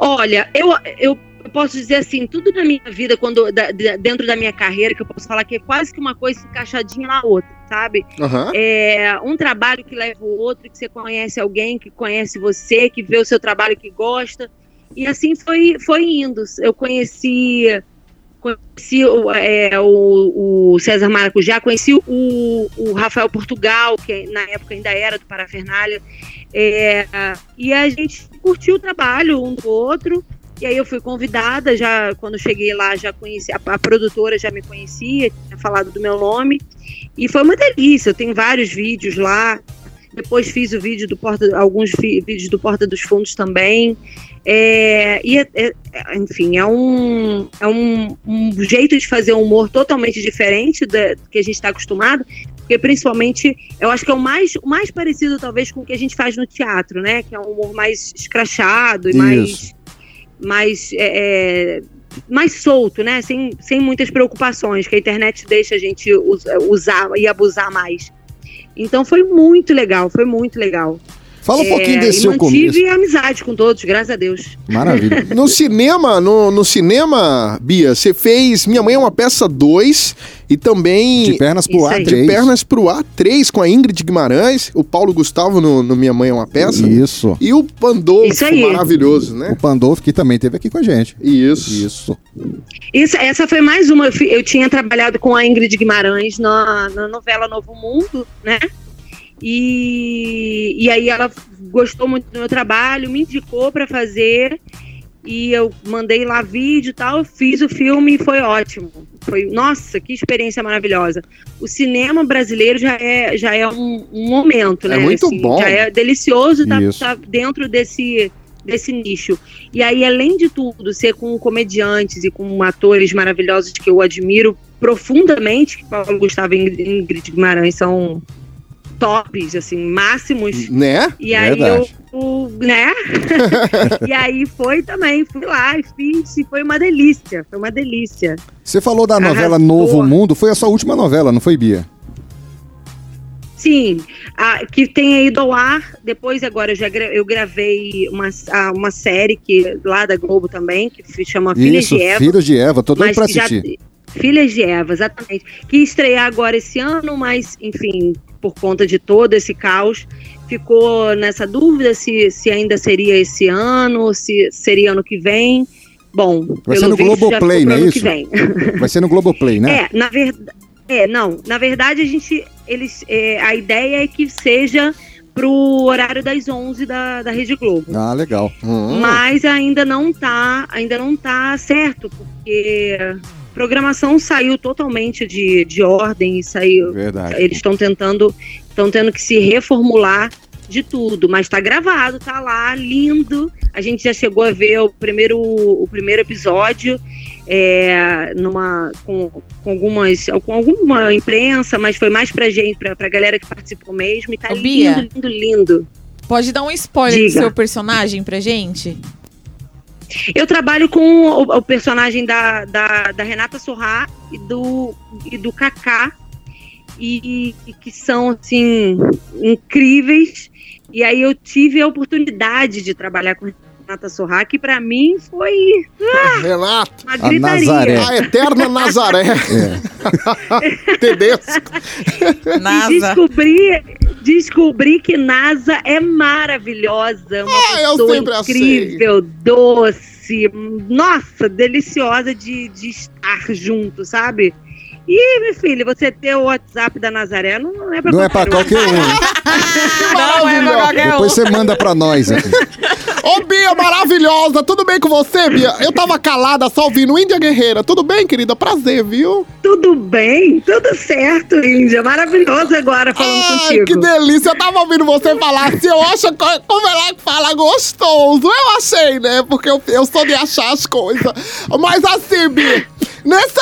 [SPEAKER 7] Olha, eu, eu eu posso dizer assim, tudo na minha vida, quando da- da- dentro da minha carreira, que eu posso falar que é quase que uma coisa encaixadinha na outra, sabe?
[SPEAKER 2] Aham.
[SPEAKER 7] É, um trabalho que leva o outro, que você conhece alguém, que conhece você, que vê o seu trabalho, que gosta. E assim foi, foi indo. Eu conheci, conheci o, é, o, o César Maracujá, conheci o, o Rafael Portugal, que na época ainda era do Parafernália. É, e a gente curtiu o trabalho um do outro. E aí eu fui convidada, já quando cheguei lá, já conheci, a, a produtora já me conhecia, tinha falado do meu nome. E foi uma delícia. Eu tenho vários vídeos lá. Depois fiz o vídeo do Porta, alguns fi- vídeos do Porta dos Fundos também. É, e é- é- é, enfim, é, um, é um, um jeito de fazer humor totalmente diferente da- do que a gente está acostumado, porque principalmente eu acho que é o mais, o mais parecido, talvez, com o que a gente faz no teatro, né? Que é um humor mais escrachado e mais,
[SPEAKER 4] Isso.
[SPEAKER 7] mais, é, é, mais solto, né? Sem, sem muitas preocupações, que a internet deixa a gente us- usar e abusar mais. Então foi muito legal, foi muito legal. É,
[SPEAKER 4] Fala um pouquinho desse
[SPEAKER 7] e
[SPEAKER 4] seu começo.
[SPEAKER 7] mantive amizade com todos, graças a Deus.
[SPEAKER 4] Maravilha.
[SPEAKER 2] No cinema, no, no cinema, Bia, você fez Minha Mãe é uma Peça 2 e também
[SPEAKER 4] De pernas pro
[SPEAKER 7] Isso
[SPEAKER 4] ar,
[SPEAKER 7] aí.
[SPEAKER 2] De
[SPEAKER 4] três.
[SPEAKER 2] Pernas pro Ar 3 com a Ingrid Guimarães, o Paulo Gustavo no, no Minha Mãe é uma Peça
[SPEAKER 4] Isso.
[SPEAKER 2] e o Pandolfo
[SPEAKER 7] Isso aí.
[SPEAKER 2] maravilhoso, né?
[SPEAKER 4] O Pandolfo que também teve aqui com a gente.
[SPEAKER 2] Isso.
[SPEAKER 4] Isso.
[SPEAKER 7] Isso, essa foi mais uma. Eu, fi- eu tinha trabalhado com a Ingrid Guimarães na, na novela Novo Mundo, né? E, e aí ela gostou muito do meu trabalho, me indicou para fazer. E eu mandei lá vídeo e tal, eu fiz o filme e foi ótimo. Foi, nossa, que experiência maravilhosa. O cinema brasileiro já é, já é um, um momento,
[SPEAKER 2] É
[SPEAKER 7] né?
[SPEAKER 2] muito bom.
[SPEAKER 7] Já é delicioso estar
[SPEAKER 4] Isso.
[SPEAKER 7] dentro desse, desse nicho. E aí, além de tudo, ser com comediantes e com atores maravilhosos que eu admiro profundamente, que Paulo Gustavo e Ingrid Ingrid Guimarães são tops, assim, máximos.
[SPEAKER 2] Né?
[SPEAKER 7] E aí
[SPEAKER 4] Hum, Verdade.
[SPEAKER 7] eu, o- né? e aí foi também, fui lá e fiz, e foi uma delícia, foi uma delícia.
[SPEAKER 4] Você falou da novela
[SPEAKER 7] Arrasou.
[SPEAKER 4] Novo Mundo, foi a sua última novela, não foi, Bia?
[SPEAKER 7] Sim, a- que tenha ido ao ar. Depois, agora, eu já gra- eu gravei uma, a- uma série que, lá da Globo também, que se chama Filhas
[SPEAKER 4] Isso,
[SPEAKER 7] de Eva.
[SPEAKER 4] Filhos de Eva, tô doido pra
[SPEAKER 7] que já-
[SPEAKER 4] assistir.
[SPEAKER 7] Filhas de Eva, exatamente. Que ia estrear agora esse ano, mas, enfim, por conta de todo esse caos, ficou nessa dúvida se, se ainda seria esse ano, se seria ano que vem. Bom,
[SPEAKER 4] Vai
[SPEAKER 7] pelo
[SPEAKER 4] ser no
[SPEAKER 7] visto, já
[SPEAKER 4] Globoplay,
[SPEAKER 7] ficou pro
[SPEAKER 4] não é
[SPEAKER 7] ano
[SPEAKER 4] isso?
[SPEAKER 7] Que vem.
[SPEAKER 4] Vai ser no Globoplay, né?
[SPEAKER 7] É, na verdade. É, não. Na verdade, a gente. Eles, é, a ideia é que seja pro horário das 11 da, da Rede Globo.
[SPEAKER 4] Ah, legal.
[SPEAKER 2] Hum.
[SPEAKER 7] Mas ainda não tá, ainda não tá certo, porque a programação saiu totalmente de, de ordem e saiu.
[SPEAKER 4] Verdade.
[SPEAKER 7] Eles estão tentando, estão tendo que se reformular de tudo, mas tá gravado, tá lá, lindo. A gente já chegou a ver o primeiro, o primeiro episódio é, numa, com, com algumas, com alguma imprensa, mas foi mais pra gente, pra, pra galera que participou mesmo. E tá
[SPEAKER 3] Ô,
[SPEAKER 7] lindo,
[SPEAKER 3] Bia.
[SPEAKER 7] lindo, lindo.
[SPEAKER 3] Pode dar um spoiler do
[SPEAKER 7] Diga.
[SPEAKER 3] seu personagem pra gente?
[SPEAKER 7] Eu trabalho com o, o personagem da, da, da Renata Sorrá e do, e do Kaká, e, e que são, assim, incríveis. E aí eu tive a oportunidade de trabalhar com Renata Sorrá, que pra mim foi
[SPEAKER 2] Renato,
[SPEAKER 7] uma gritaria.
[SPEAKER 4] Nazaré. É.
[SPEAKER 2] a eterna Nazaré. Tedesco.
[SPEAKER 7] E
[SPEAKER 3] Nasa.
[SPEAKER 7] descobri, descobri que NASA é maravilhosa, é uma
[SPEAKER 2] Ah, eu
[SPEAKER 7] pessoa
[SPEAKER 2] sempre achei.
[SPEAKER 7] incrível, doce, nossa, deliciosa de, de estar junto, sabe? E, meu filho, você ter o WhatsApp da Nazaré não é pra
[SPEAKER 4] Não é pra qualquer um.
[SPEAKER 5] Ah,
[SPEAKER 3] Não é pra qualquer um.
[SPEAKER 4] Depois você manda pra nós aqui.
[SPEAKER 2] Ô, Bia, maravilhosa, tudo bem com você, Bia? Eu tava calada só ouvindo Índia Guerreira. Tudo bem, querida? Prazer, viu?
[SPEAKER 7] Tudo bem, tudo certo, Índia. Maravilhoso agora falando
[SPEAKER 2] Ai,
[SPEAKER 7] contigo.
[SPEAKER 2] Ah, que delícia. Eu tava ouvindo você falar assim. Eu acho co- como ela fala gostoso. Eu achei, né? Porque eu, eu sou de achar as coisas. Mas assim, Bi, nessa.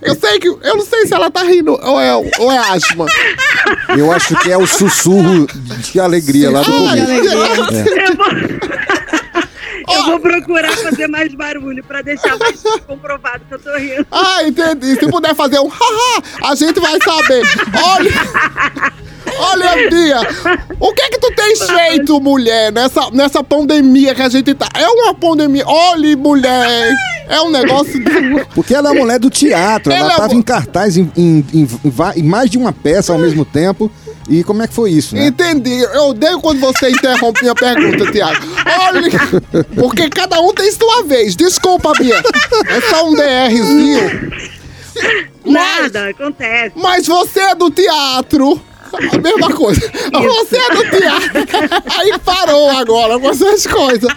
[SPEAKER 2] Eu sei que. Eu não sei se ela tá rindo ou é, ou é asma.
[SPEAKER 4] Eu acho que é o sussurro de alegria lá do
[SPEAKER 2] Ai,
[SPEAKER 4] começo.
[SPEAKER 2] gente,
[SPEAKER 7] Eu vou... Eu vou procurar fazer mais barulho pra deixar mais comprovado que eu tô rindo.
[SPEAKER 2] Ah, entendi. Se puder fazer um haha, a gente vai saber. Olha. Olha, Bia, o que é que tu tem feito, mulher, nessa, nessa pandemia que a gente tá? É uma pandemia. Olhe, mulher. É um negócio. de-
[SPEAKER 4] Porque ela é a mulher do teatro, ela
[SPEAKER 2] Ela é
[SPEAKER 4] estava
[SPEAKER 2] mo-
[SPEAKER 4] em cartaz em, em- em va- em mais de uma peça ao mesmo tempo. E como é que foi isso,
[SPEAKER 2] Então-
[SPEAKER 4] né?
[SPEAKER 2] Entendi. Eu odeio quando você interrompe minha pergunta, Tiago. Olha, porque cada um tem sua vez. Desculpa, Bia. É só um DRzinho.
[SPEAKER 7] Nada, acontece.
[SPEAKER 2] Mas você é do teatro. A mesma coisa. Você é do teatro. Aí parou agora com essas coisas.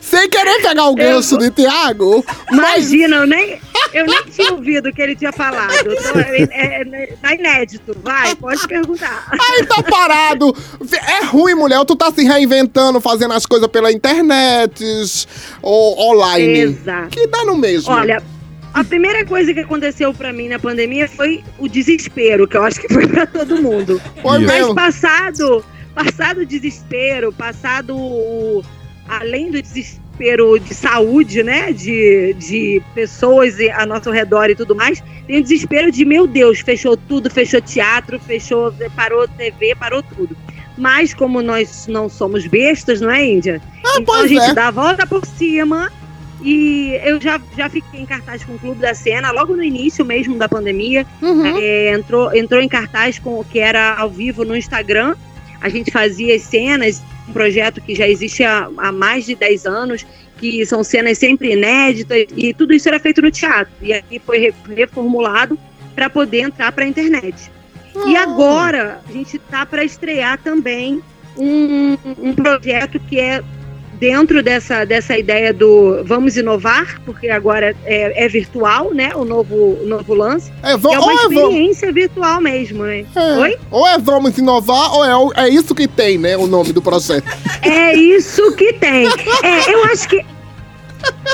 [SPEAKER 2] Sem querer pegar o gancho de Tiago, mas
[SPEAKER 7] Imagina, eu nem, eu nem tinha ouvido o que ele tinha falado. Eu tô- é- é- é- tá inédito, vai, pode perguntar.
[SPEAKER 2] Aí tá parado. É ruim, mulher. Tu tá se reinventando, fazendo as coisas pela internet, ou online.
[SPEAKER 7] Exato.
[SPEAKER 2] Que dá no mesmo.
[SPEAKER 7] Olha, a primeira coisa que aconteceu pra mim na pandemia foi o desespero, que eu acho que foi pra todo mundo.
[SPEAKER 2] Foi
[SPEAKER 9] Isso.
[SPEAKER 7] Mas
[SPEAKER 2] é mesmo.
[SPEAKER 7] passado, passado o desespero, passado o- além do desespero de saúde, né, de, de pessoas e- a nosso redor e tudo mais, tem o desespero de, meu Deus, fechou tudo, fechou teatro, fechou, parou TV, parou tudo. Mas como nós não somos bestas, não é, Índia? então a
[SPEAKER 2] pois
[SPEAKER 7] gente
[SPEAKER 2] é.
[SPEAKER 7] dá a volta por cima e eu já, já fiquei em cartaz com o Clube da Cena logo no início mesmo da pandemia.
[SPEAKER 2] Uhum.
[SPEAKER 7] É, entrou, entrou em cartaz com o que era ao vivo no Instagram. A gente fazia as cenas, um projeto que já existe há, há mais de 10 anos, que são cenas sempre inéditas, e tudo isso era feito no teatro. E aqui foi re- reformulado para poder entrar para a internet. E agora a gente tá para estrear também um, um projeto que é dentro dessa, dessa ideia do vamos inovar, porque agora é, é virtual, né? O novo, o novo lance
[SPEAKER 2] É, vo-
[SPEAKER 7] é
[SPEAKER 2] ou,
[SPEAKER 7] uma
[SPEAKER 2] é vo-
[SPEAKER 7] experiência virtual mesmo, né?
[SPEAKER 2] é.
[SPEAKER 7] Oi?
[SPEAKER 2] ou é Vamos Inovar, ou é, o- é isso que tem, né? O nome do projeto.
[SPEAKER 7] É isso que tem. É, eu acho que.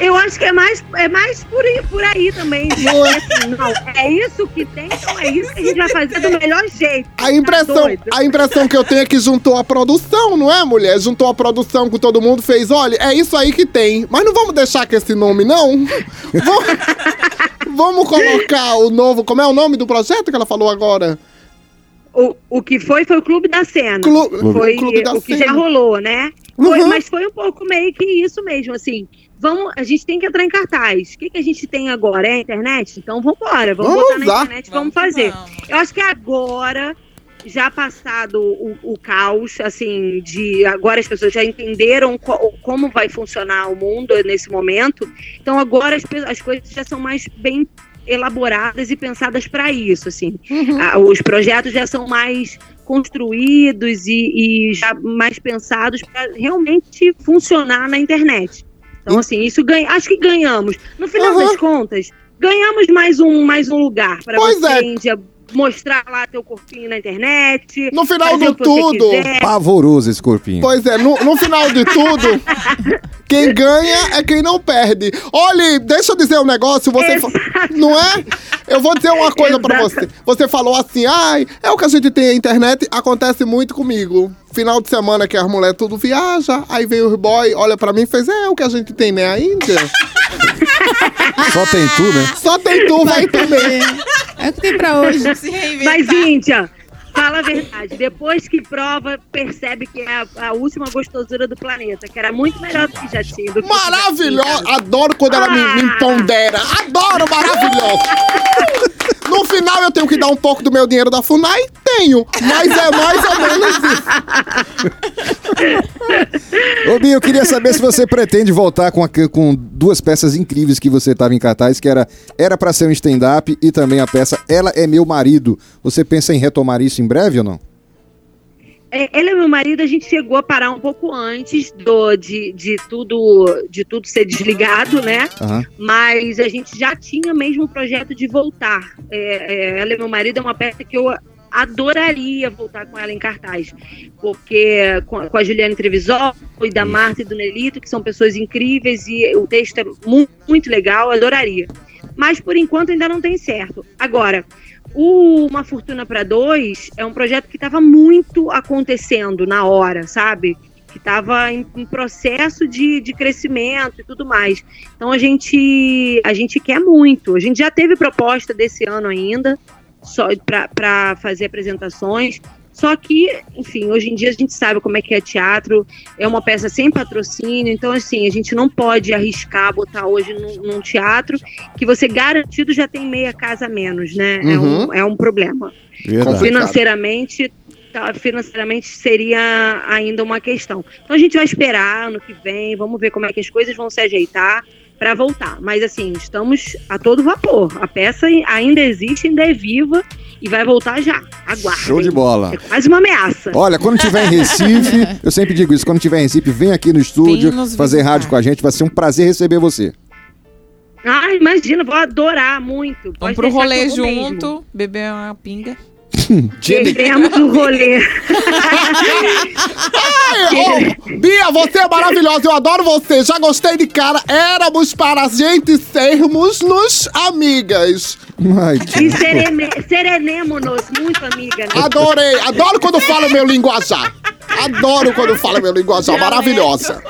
[SPEAKER 7] Eu acho que é mais, é mais por, aí, por aí também. de
[SPEAKER 2] Não é?
[SPEAKER 7] assim, não, é isso que tem, então é isso que a gente vai fazer do melhor jeito. Tá
[SPEAKER 2] A impressão,
[SPEAKER 7] doido?
[SPEAKER 2] a impressão que eu tenho é que juntou a produção, não é, mulher? Juntou a produção com todo mundo, fez, olha, é isso aí que tem. Mas não vamos deixar com esse nome, não. Vamos, vamos colocar o novo. Como é o nome do projeto que ela falou agora?
[SPEAKER 7] O, o que foi, foi o Clube da Cena.
[SPEAKER 2] Clu-
[SPEAKER 7] foi
[SPEAKER 2] Clube da
[SPEAKER 7] o que
[SPEAKER 2] Cena.
[SPEAKER 7] já rolou, né? Foi-
[SPEAKER 2] Uhum.
[SPEAKER 7] mas foi um pouco meio que isso mesmo, assim. Vamos, a gente tem que entrar em cartaz. O que, que a gente tem agora? É a internet? Então vambora, vamos,
[SPEAKER 2] Vamos
[SPEAKER 7] botar na
[SPEAKER 2] lá.
[SPEAKER 7] internet, vamos fazer. Eu acho que agora, já passado o, o caos, assim, de agora as pessoas já entenderam co- como vai funcionar o mundo nesse momento. Então agora as, pe- as coisas já são mais bem elaboradas e pensadas para isso, assim.
[SPEAKER 2] Uhum.
[SPEAKER 7] Ah, os projetos já são mais construídos e, e já mais pensados para realmente funcionar na internet. Então, assim, isso ganha. Acho que ganhamos. No final
[SPEAKER 2] Aham.
[SPEAKER 7] das contas, ganhamos mais um, mais um lugar para
[SPEAKER 2] Pois
[SPEAKER 7] você,
[SPEAKER 2] é.
[SPEAKER 7] Índia, mostrar lá teu corpinho na internet.
[SPEAKER 2] No final
[SPEAKER 7] fazer
[SPEAKER 2] de
[SPEAKER 7] o que você
[SPEAKER 2] tudo.
[SPEAKER 7] quiser.
[SPEAKER 4] Pavoroso esse corpinho.
[SPEAKER 2] Pois é, no, no final de tudo, quem ganha é quem não perde. Olha, deixa eu dizer um negócio, você. fa- Não é? Eu vou dizer uma coisa pra você. Você falou assim, ai, é o que a gente tem na internet, acontece muito comigo. Final de semana que as mulheres tudo viaja, aí vem os boy, olha pra mim e fez, é, é o que a gente tem, né, a Índia?
[SPEAKER 4] Só tem tu, né?
[SPEAKER 2] Só tem tu, vai também.
[SPEAKER 5] É o que tem pra hoje.
[SPEAKER 3] Se reinventar.
[SPEAKER 7] Mas, Índia, fala a verdade. Depois que prova, percebe que é a, a última gostosura do planeta, que era muito melhor do que já tinha. do que
[SPEAKER 2] Maravilhosa!
[SPEAKER 7] já
[SPEAKER 2] Adoro quando ela
[SPEAKER 7] Ah!
[SPEAKER 2] me, me pondera. Adoro, maravilhosa! No final eu tenho que dar um pouco do meu dinheiro da FUNAI? Tenho, mas é mais ou menos isso.
[SPEAKER 4] Ô, Bia, eu queria saber se você pretende voltar com, a- com duas peças incríveis que você estava em cartaz, que era Era Pra Ser um Stand-Up e também a peça Ela é Meu Marido. Você pensa em retomar isso em breve ou não?
[SPEAKER 7] É, ele é meu marido, a gente chegou a parar um pouco antes do, de, de, tudo, de tudo ser desligado, né?
[SPEAKER 4] Aham.
[SPEAKER 7] Mas a gente já tinha mesmo o projeto de voltar. É, é, ela é meu marido, é uma peça que eu adoraria voltar com ela em cartaz. Porque com, a- com a Juliana Trevisol e da Marta e do Nelito, que são pessoas incríveis e o texto é mu- muito, legal, eu adoraria. Mas por enquanto ainda não tem certo. Agora, o Uma Fortuna para Dois é um projeto que estava muito acontecendo na hora, sabe? Que estava em, em processo de, de crescimento e tudo mais. Então a gente a gente quer muito. A gente já teve proposta desse ano ainda, só para fazer apresentações. Só que, enfim, hoje em dia a gente sabe como é que é teatro, é uma peça sem patrocínio, então assim, a gente não pode arriscar botar hoje num, num teatro que você garantido já tem meia casa a menos, né? É,
[SPEAKER 4] Uhum.
[SPEAKER 7] um, é um problema.
[SPEAKER 4] Verdade.
[SPEAKER 7] Financeiramente, tá- financeiramente seria ainda uma questão. Então a gente vai esperar ano que vem, vamos ver como é que as coisas vão se ajeitar para voltar. Mas assim, estamos a todo vapor. A peça ainda existe, ainda é viva e vai voltar já. Aguardem.
[SPEAKER 4] Show de bola.
[SPEAKER 7] É quase uma ameaça.
[SPEAKER 4] Olha, quando tiver em Recife, eu sempre digo isso, quando tiver em Recife, vem aqui no estúdio
[SPEAKER 3] Vem nos
[SPEAKER 4] fazer
[SPEAKER 3] visitar.
[SPEAKER 4] rádio com a gente, vai ser um prazer receber você.
[SPEAKER 7] Ah, imagina, vou adorar muito.
[SPEAKER 3] Vamos
[SPEAKER 7] Pode
[SPEAKER 3] pro
[SPEAKER 7] deixar
[SPEAKER 3] rolê
[SPEAKER 7] que eu vou mesmo.
[SPEAKER 3] junto, beber uma pinga.
[SPEAKER 7] Queremos o rolê.
[SPEAKER 2] Ai, ô, Bia, você é maravilhosa, eu adoro você, já gostei de cara. Éramos para a gente sermos nos amigas.
[SPEAKER 4] Ai, que-
[SPEAKER 7] E serene, serenemo-nos, muito amiga.
[SPEAKER 4] Ah.
[SPEAKER 7] Né?
[SPEAKER 2] Adorei, adoro quando fala o meu linguajar. Adoro quando fala meu linguajar, maravilhosa.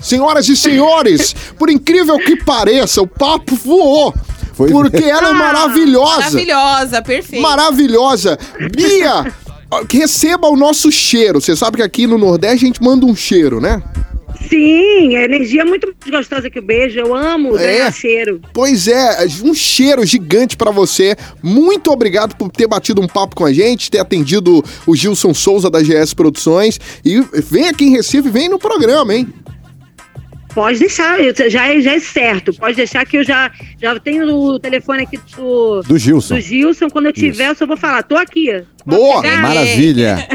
[SPEAKER 2] Senhoras e senhores, por incrível que pareça, o papo voou.
[SPEAKER 4] Foi
[SPEAKER 2] porque ela é maravilhosa.
[SPEAKER 3] Maravilhosa, perfeita.
[SPEAKER 2] Maravilhosa. Bia, ó, que receba o nosso cheiro. Você sabe que aqui no Nordeste a gente manda um cheiro, né?
[SPEAKER 7] Sim, a energia é muito mais gostosa que o beijo. Eu amo
[SPEAKER 2] É.
[SPEAKER 7] ganhar cheiro.
[SPEAKER 2] Pois é, um cheiro gigante pra você. Muito obrigado por ter batido um papo com a gente, ter atendido o Gilson Souza da GS Produções. E vem aqui em Recife, vem no programa, hein?
[SPEAKER 7] Pode deixar, eu- já, é- já é certo. Pode deixar que eu já, já tenho o telefone aqui do,
[SPEAKER 4] Do Gilson.
[SPEAKER 7] do Gilson. Quando eu tiver, eu só vou falar. Tô aqui. Pode
[SPEAKER 2] Boa!
[SPEAKER 7] pegar?
[SPEAKER 4] Maravilha.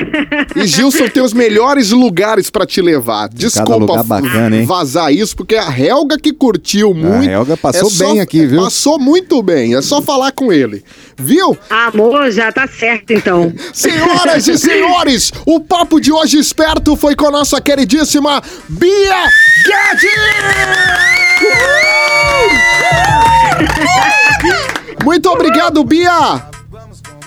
[SPEAKER 2] E Gilson tem os melhores lugares pra te levar. Desculpa
[SPEAKER 4] lugar bacana, hein?
[SPEAKER 2] vazar isso, porque a Helga que curtiu muito. é
[SPEAKER 4] Helga passou
[SPEAKER 2] só-
[SPEAKER 4] bem aqui, viu?
[SPEAKER 2] Passou muito bem. É só falar com ele. Viu?
[SPEAKER 7] Amor, já tá certo então.
[SPEAKER 2] Senhoras e senhores, o papo de hoje esperto foi com a nossa queridíssima Bia Guedes! Muito obrigado, Bia!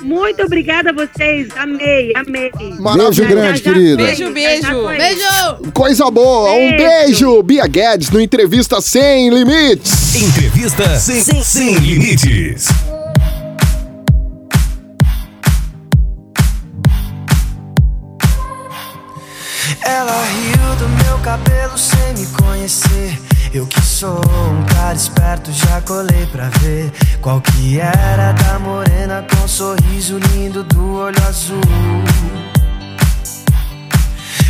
[SPEAKER 7] Muito obrigada a vocês. Amei, amei.
[SPEAKER 4] Beijo
[SPEAKER 2] Maravilha.
[SPEAKER 4] grande, querida.
[SPEAKER 3] Beijo, beijo.
[SPEAKER 5] Beijo!
[SPEAKER 2] Coisa boa! Um
[SPEAKER 7] Beijo.
[SPEAKER 2] beijo, Bia Guedes, no Entrevista Sem Limites!
[SPEAKER 10] Entrevista sem, sem, limites.
[SPEAKER 1] Ela riu do meu cabelo sem me conhecer. Eu que sou um cara esperto, já colei pra ver qual que era da morena com um sorriso lindo do olho azul.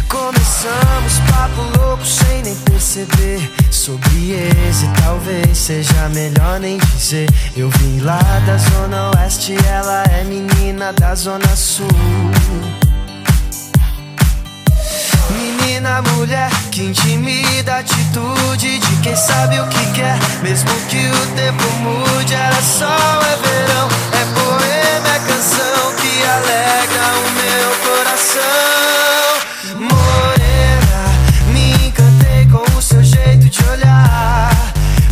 [SPEAKER 1] Começamos papo louco sem nem perceber sobre esse talvez seja melhor nem dizer. Eu vim lá da zona oeste, ela é menina da zona sul. Menina, mulher, que intimida a atitude de quem sabe o que quer. Mesmo que o tempo mude, era sol, é verão, é poema, é canção que alegra o meu coração. Morena, me encantei com o seu jeito de olhar.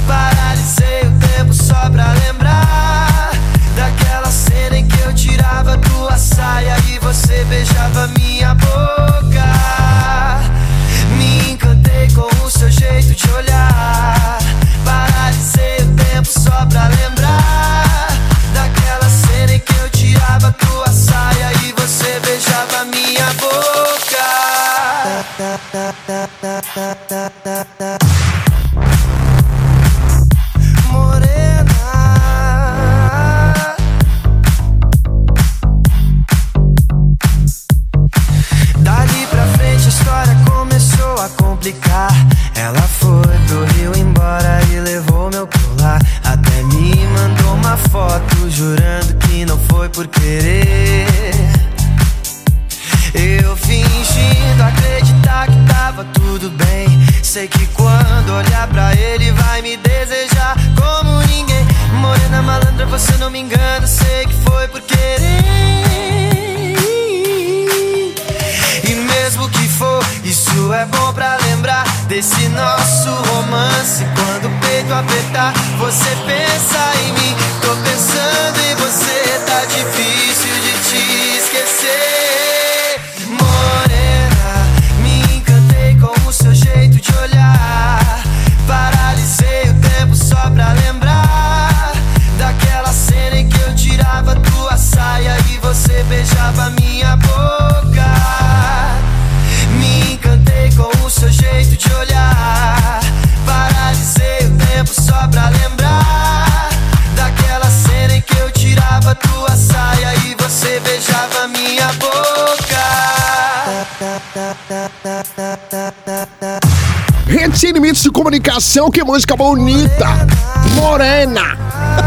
[SPEAKER 1] Paralisei o tempo só pra lembrar daquela cena em que eu tirava tua saia e você beijava minha boca. Me encantei com o seu jeito de olhar. Paralisei o tempo só pra lembrar daquela cena em que eu tirava tua saia e você beijava minha boca. Morena. Dali pra frente a história começou a complicar. Ela foi pro Rio embora e levou meu colar. Até me mandou uma foto jurando que não foi por querer. Eu fingindo acreditar que tava tudo bem. Sei que quando olhar pra ele vai me desejar como ninguém. Morena malandra, você não me engana. Sei que foi por querer. E mesmo que for, isso é bom pra lembrar desse nosso romance. Quando o peito apertar, você pensa em mim. Tô pensando em você, tá difícil de te esquecer. Morena, me encantei com o seu jeito de olhar. Paralisei o tempo só pra lembrar daquela cena em que eu tirava tua saia
[SPEAKER 2] Sem limites de comunicação, que música bonita! Morena!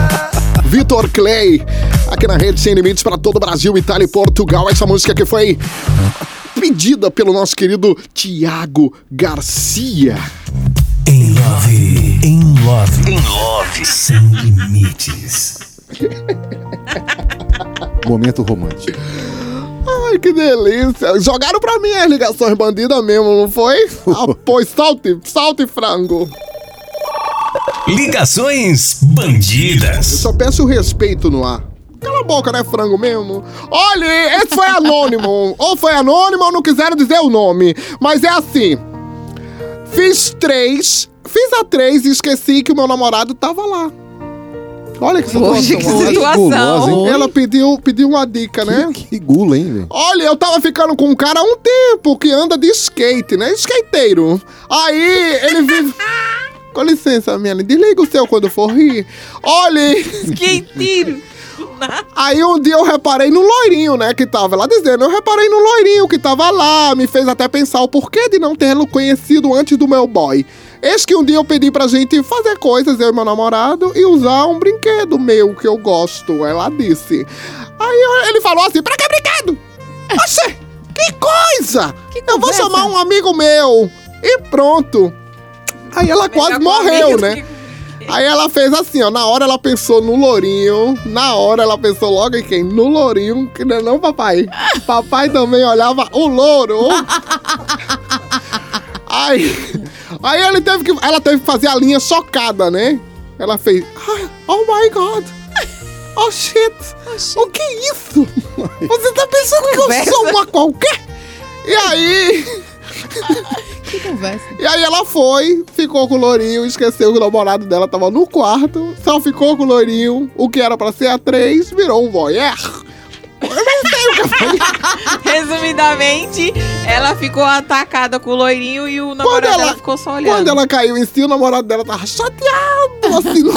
[SPEAKER 2] Vitor Clay, aqui na Rede Sem Limites para todo o Brasil, Itália e Portugal. Essa música que foi pedida pelo nosso querido Tiago Garcia.
[SPEAKER 1] Em love, em love, em love, sem limites.
[SPEAKER 4] Momento romântico.
[SPEAKER 2] Ai, que delícia. Jogaram pra mim as ligações bandidas mesmo, não foi? Ah, pois salte, salte frango.
[SPEAKER 1] Ligações bandidas.
[SPEAKER 2] Eu só peço respeito no ar. Cala a boca, né, frango mesmo? Olha, esse foi anônimo. ou foi anônimo ou não quiseram dizer o nome. Mas é assim. Fiz três, fiz a três e esqueci que o meu namorado tava lá. Olha que situação.
[SPEAKER 3] Hoje, que
[SPEAKER 2] olha.
[SPEAKER 3] situação.
[SPEAKER 4] gulosa, hein?
[SPEAKER 2] Ela pediu, pediu uma dica, né?
[SPEAKER 4] Ah, Que gula, hein, velho?
[SPEAKER 2] Olha, eu tava ficando com um cara há um tempo que anda de skate, né? Skateiro. Aí ele vive. Com licença, minha linda. Desliga o seu quando for rir. Olha.
[SPEAKER 3] Quentinho.
[SPEAKER 2] Aí um dia eu reparei no loirinho, né, que tava lá dizendo. Eu reparei no loirinho que tava lá, me fez até pensar o porquê de não tê-lo conhecido antes do meu boy. Eis que um dia eu pedi pra gente fazer coisas, eu e meu namorado, e usar um brinquedo meu que eu gosto. Ela disse. Aí eu- ele falou assim: pra que brinquedo? Oxê, que coisa! eu vou
[SPEAKER 3] conversa?
[SPEAKER 2] chamar um amigo meu. E pronto. Aí ela quase morreu, né? Aí ela fez assim, ó. Na hora ela pensou no lourinho. Na hora ela pensou logo em quem? No lourinho. Que não, é não papai. Papai também olhava o louro. Aí, aí ele teve que, ela teve que fazer a linha chocada, né? Ela fez. "Ah, Oh my god! Oh shit! O que é isso? Você tá pensando que eu sou uma qualquer? E aí.
[SPEAKER 5] Que conversa.
[SPEAKER 2] E aí ela foi, ficou com o Lourinho, esqueceu que o namorado dela tava no quarto, só ficou com o Lourinho, o que era pra ser a três virou um voyeur.
[SPEAKER 3] Resumidamente, ela ficou atacada com o loirinho e o namorado
[SPEAKER 2] ela-
[SPEAKER 3] dela ficou só olhando.
[SPEAKER 2] Quando ela caiu em si, o namorado dela tava chateado, assim, no...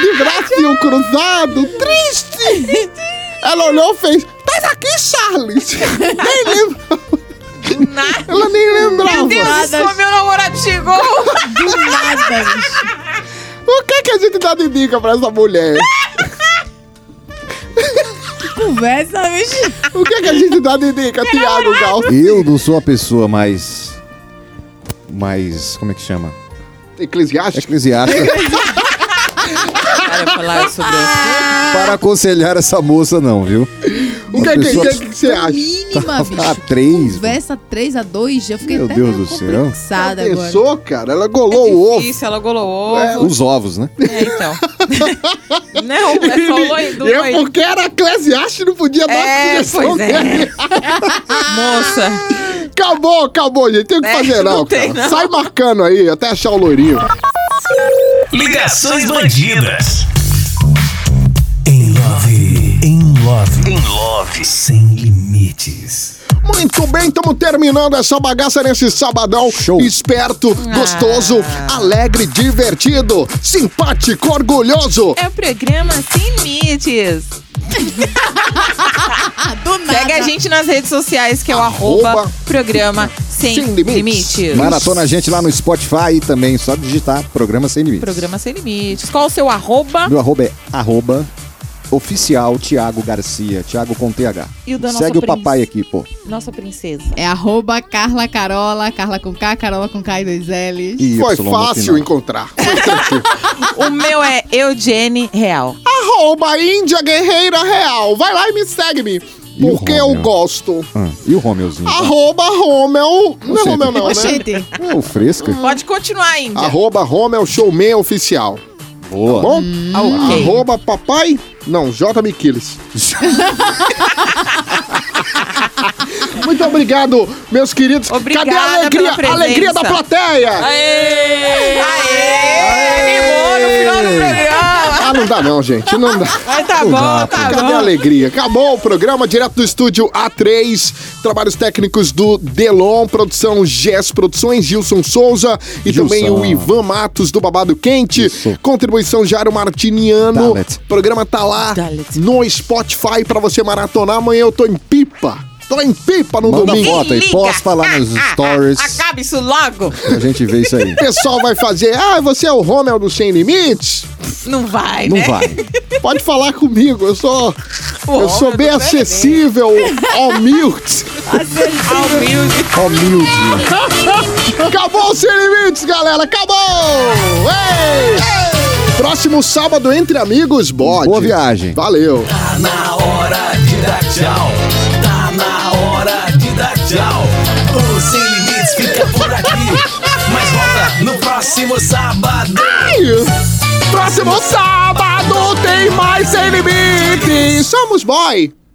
[SPEAKER 2] de bracinho cruzado, triste. Ela olhou e fez, tá aqui, Charles. nem lembra,
[SPEAKER 3] Do nada.
[SPEAKER 2] ela nem lembrava.
[SPEAKER 3] Meu Deus,
[SPEAKER 5] Nada.
[SPEAKER 3] isso, meu namorado chegou.
[SPEAKER 5] Do nada, bicho.
[SPEAKER 2] O que, que a gente dá de dica pra essa mulher?
[SPEAKER 5] Conversa, bicho.
[SPEAKER 2] O que, que a gente dá de dica, Tiago Gal?
[SPEAKER 4] Eu não sou a pessoa mais. mais. como é que chama?
[SPEAKER 2] Eclesiástico.
[SPEAKER 4] Eclesiástica
[SPEAKER 3] Para falar sobre
[SPEAKER 4] para aconselhar essa moça, não, viu?
[SPEAKER 2] O que, é
[SPEAKER 4] Uma
[SPEAKER 2] que,
[SPEAKER 4] pessoa-
[SPEAKER 2] que- que você acha?
[SPEAKER 4] Tá
[SPEAKER 5] Mínima, bicho.
[SPEAKER 4] A três.
[SPEAKER 5] Conversa 3 a 2, eu fiquei
[SPEAKER 4] Meu
[SPEAKER 5] até tá
[SPEAKER 4] Deus
[SPEAKER 5] meio
[SPEAKER 4] do céu.
[SPEAKER 5] complexada
[SPEAKER 2] Ela
[SPEAKER 5] agora.
[SPEAKER 2] pensou, cara? Ela
[SPEAKER 3] É
[SPEAKER 2] golou o ovo.
[SPEAKER 3] Isso, ela golou o ovo.
[SPEAKER 4] Os ovos, né?
[SPEAKER 3] É, então. Não, é só o loiro do
[SPEAKER 2] E é
[SPEAKER 3] loirinho.
[SPEAKER 2] porque era eclesiástico e não podia dar
[SPEAKER 3] É,
[SPEAKER 2] sugestão
[SPEAKER 3] pois é.
[SPEAKER 2] dele.
[SPEAKER 3] Moça.
[SPEAKER 2] Acabou, acabou, gente. Tem o que
[SPEAKER 3] É,
[SPEAKER 2] fazer, não,
[SPEAKER 3] não tem,
[SPEAKER 2] cara.
[SPEAKER 3] não.
[SPEAKER 2] Sai marcando aí, até achar o loirinho.
[SPEAKER 1] Ligações bandidas. Em love, em love, em love, sem limites.
[SPEAKER 2] Muito bem, estamos terminando essa bagaça nesse sabadão.
[SPEAKER 4] Show.
[SPEAKER 2] Esperto, gostoso,
[SPEAKER 3] Ah.
[SPEAKER 2] alegre, divertido, simpático, orgulhoso.
[SPEAKER 3] É o programa Sem Limites.
[SPEAKER 5] Ah, do nada.
[SPEAKER 3] Segue a gente nas redes sociais, que é o arroba,
[SPEAKER 2] Arroba
[SPEAKER 3] programa Sem,
[SPEAKER 2] Sem Limites.
[SPEAKER 3] limites.
[SPEAKER 4] Maratona a gente lá no Spotify e também só digitar programa sem limites.
[SPEAKER 3] Programa Sem Limites. Qual o seu arroba?
[SPEAKER 4] Meu arroba é arroba oficial Thiago Garcia, Thiago com TH.
[SPEAKER 3] E o da nossa
[SPEAKER 4] Segue o
[SPEAKER 3] princesa.
[SPEAKER 4] papai aqui, pô.
[SPEAKER 3] Nossa princesa.
[SPEAKER 5] É arroba Carla Carola, Carla com K, Carola com K e dois L's.
[SPEAKER 4] E
[SPEAKER 2] Foi
[SPEAKER 4] Y no
[SPEAKER 2] fácil
[SPEAKER 4] final.
[SPEAKER 2] encontrar.
[SPEAKER 3] O meu é Eugene Real.
[SPEAKER 2] Arroba Índia Guerreira Real. Vai lá e me segue-me.
[SPEAKER 4] E o
[SPEAKER 2] Porque eu
[SPEAKER 4] Romeu?
[SPEAKER 2] gosto.
[SPEAKER 4] Ah, e o Romeuzinho?
[SPEAKER 2] Arroba Romel. Não é
[SPEAKER 4] Você-
[SPEAKER 2] Romel, não, né?
[SPEAKER 5] Oxente.
[SPEAKER 4] É o Fresca.
[SPEAKER 3] Pode continuar ainda.
[SPEAKER 2] Arroba Romel Showman Oficial.
[SPEAKER 4] Boa.
[SPEAKER 2] Bom?
[SPEAKER 3] Ah, ok.
[SPEAKER 2] Arroba Papai. Não, J. Miquiles. Muito obrigado, meus queridos.
[SPEAKER 3] Obrigada
[SPEAKER 2] Cadê a
[SPEAKER 3] pela
[SPEAKER 2] alegria?
[SPEAKER 3] presença.
[SPEAKER 2] Alegria da plateia!
[SPEAKER 3] Aê! Aê! Animou no final do programa.
[SPEAKER 2] Ah, não dá não, gente. Não dá.
[SPEAKER 3] Mas tá
[SPEAKER 4] Não
[SPEAKER 3] bom,
[SPEAKER 4] dá,
[SPEAKER 3] tá
[SPEAKER 2] Cadê a
[SPEAKER 3] bom.
[SPEAKER 2] alegria? Acabou o programa direto do estúdio A3. Trabalhos técnicos do Delon, produção GES Produções, Gilson Souza e
[SPEAKER 4] Gilson.
[SPEAKER 2] também o Ivan Matos do Babado Quente.
[SPEAKER 4] Isso.
[SPEAKER 2] Contribuição Jairo Martiniano.
[SPEAKER 4] Dalet.
[SPEAKER 2] O programa tá lá
[SPEAKER 3] Dalet.
[SPEAKER 2] no Spotify pra você maratonar. Amanhã eu tô em Pipa. Tô em pipa no
[SPEAKER 4] Manda
[SPEAKER 2] domingo.
[SPEAKER 4] foto aí, posta lá nos stories.
[SPEAKER 3] Ah, Acaba isso logo.
[SPEAKER 4] A gente vê isso aí.
[SPEAKER 2] O pessoal vai fazer, ah, você é o Romel do Sem Limites?
[SPEAKER 3] Não vai,
[SPEAKER 4] Não
[SPEAKER 3] né?
[SPEAKER 4] vai.
[SPEAKER 2] Pode falar comigo, eu sou. eu
[SPEAKER 3] Romeu
[SPEAKER 2] sou bem
[SPEAKER 3] é do Sem
[SPEAKER 2] acessível ao mute.
[SPEAKER 3] Humilde.
[SPEAKER 4] Ó, humilde.
[SPEAKER 2] Acabou o Sem Limites, galera! Acabou! Ei! Próximo sábado, entre amigos, bode.
[SPEAKER 4] Boa viagem.
[SPEAKER 2] Valeu.
[SPEAKER 1] Tá na hora de dar tchau. Tá na hora de dar tchau. O Sem Limites fica por aqui. Mas volta no próximo sábado.
[SPEAKER 2] Próximo sábado tem mais Sem Limites. Somos boy.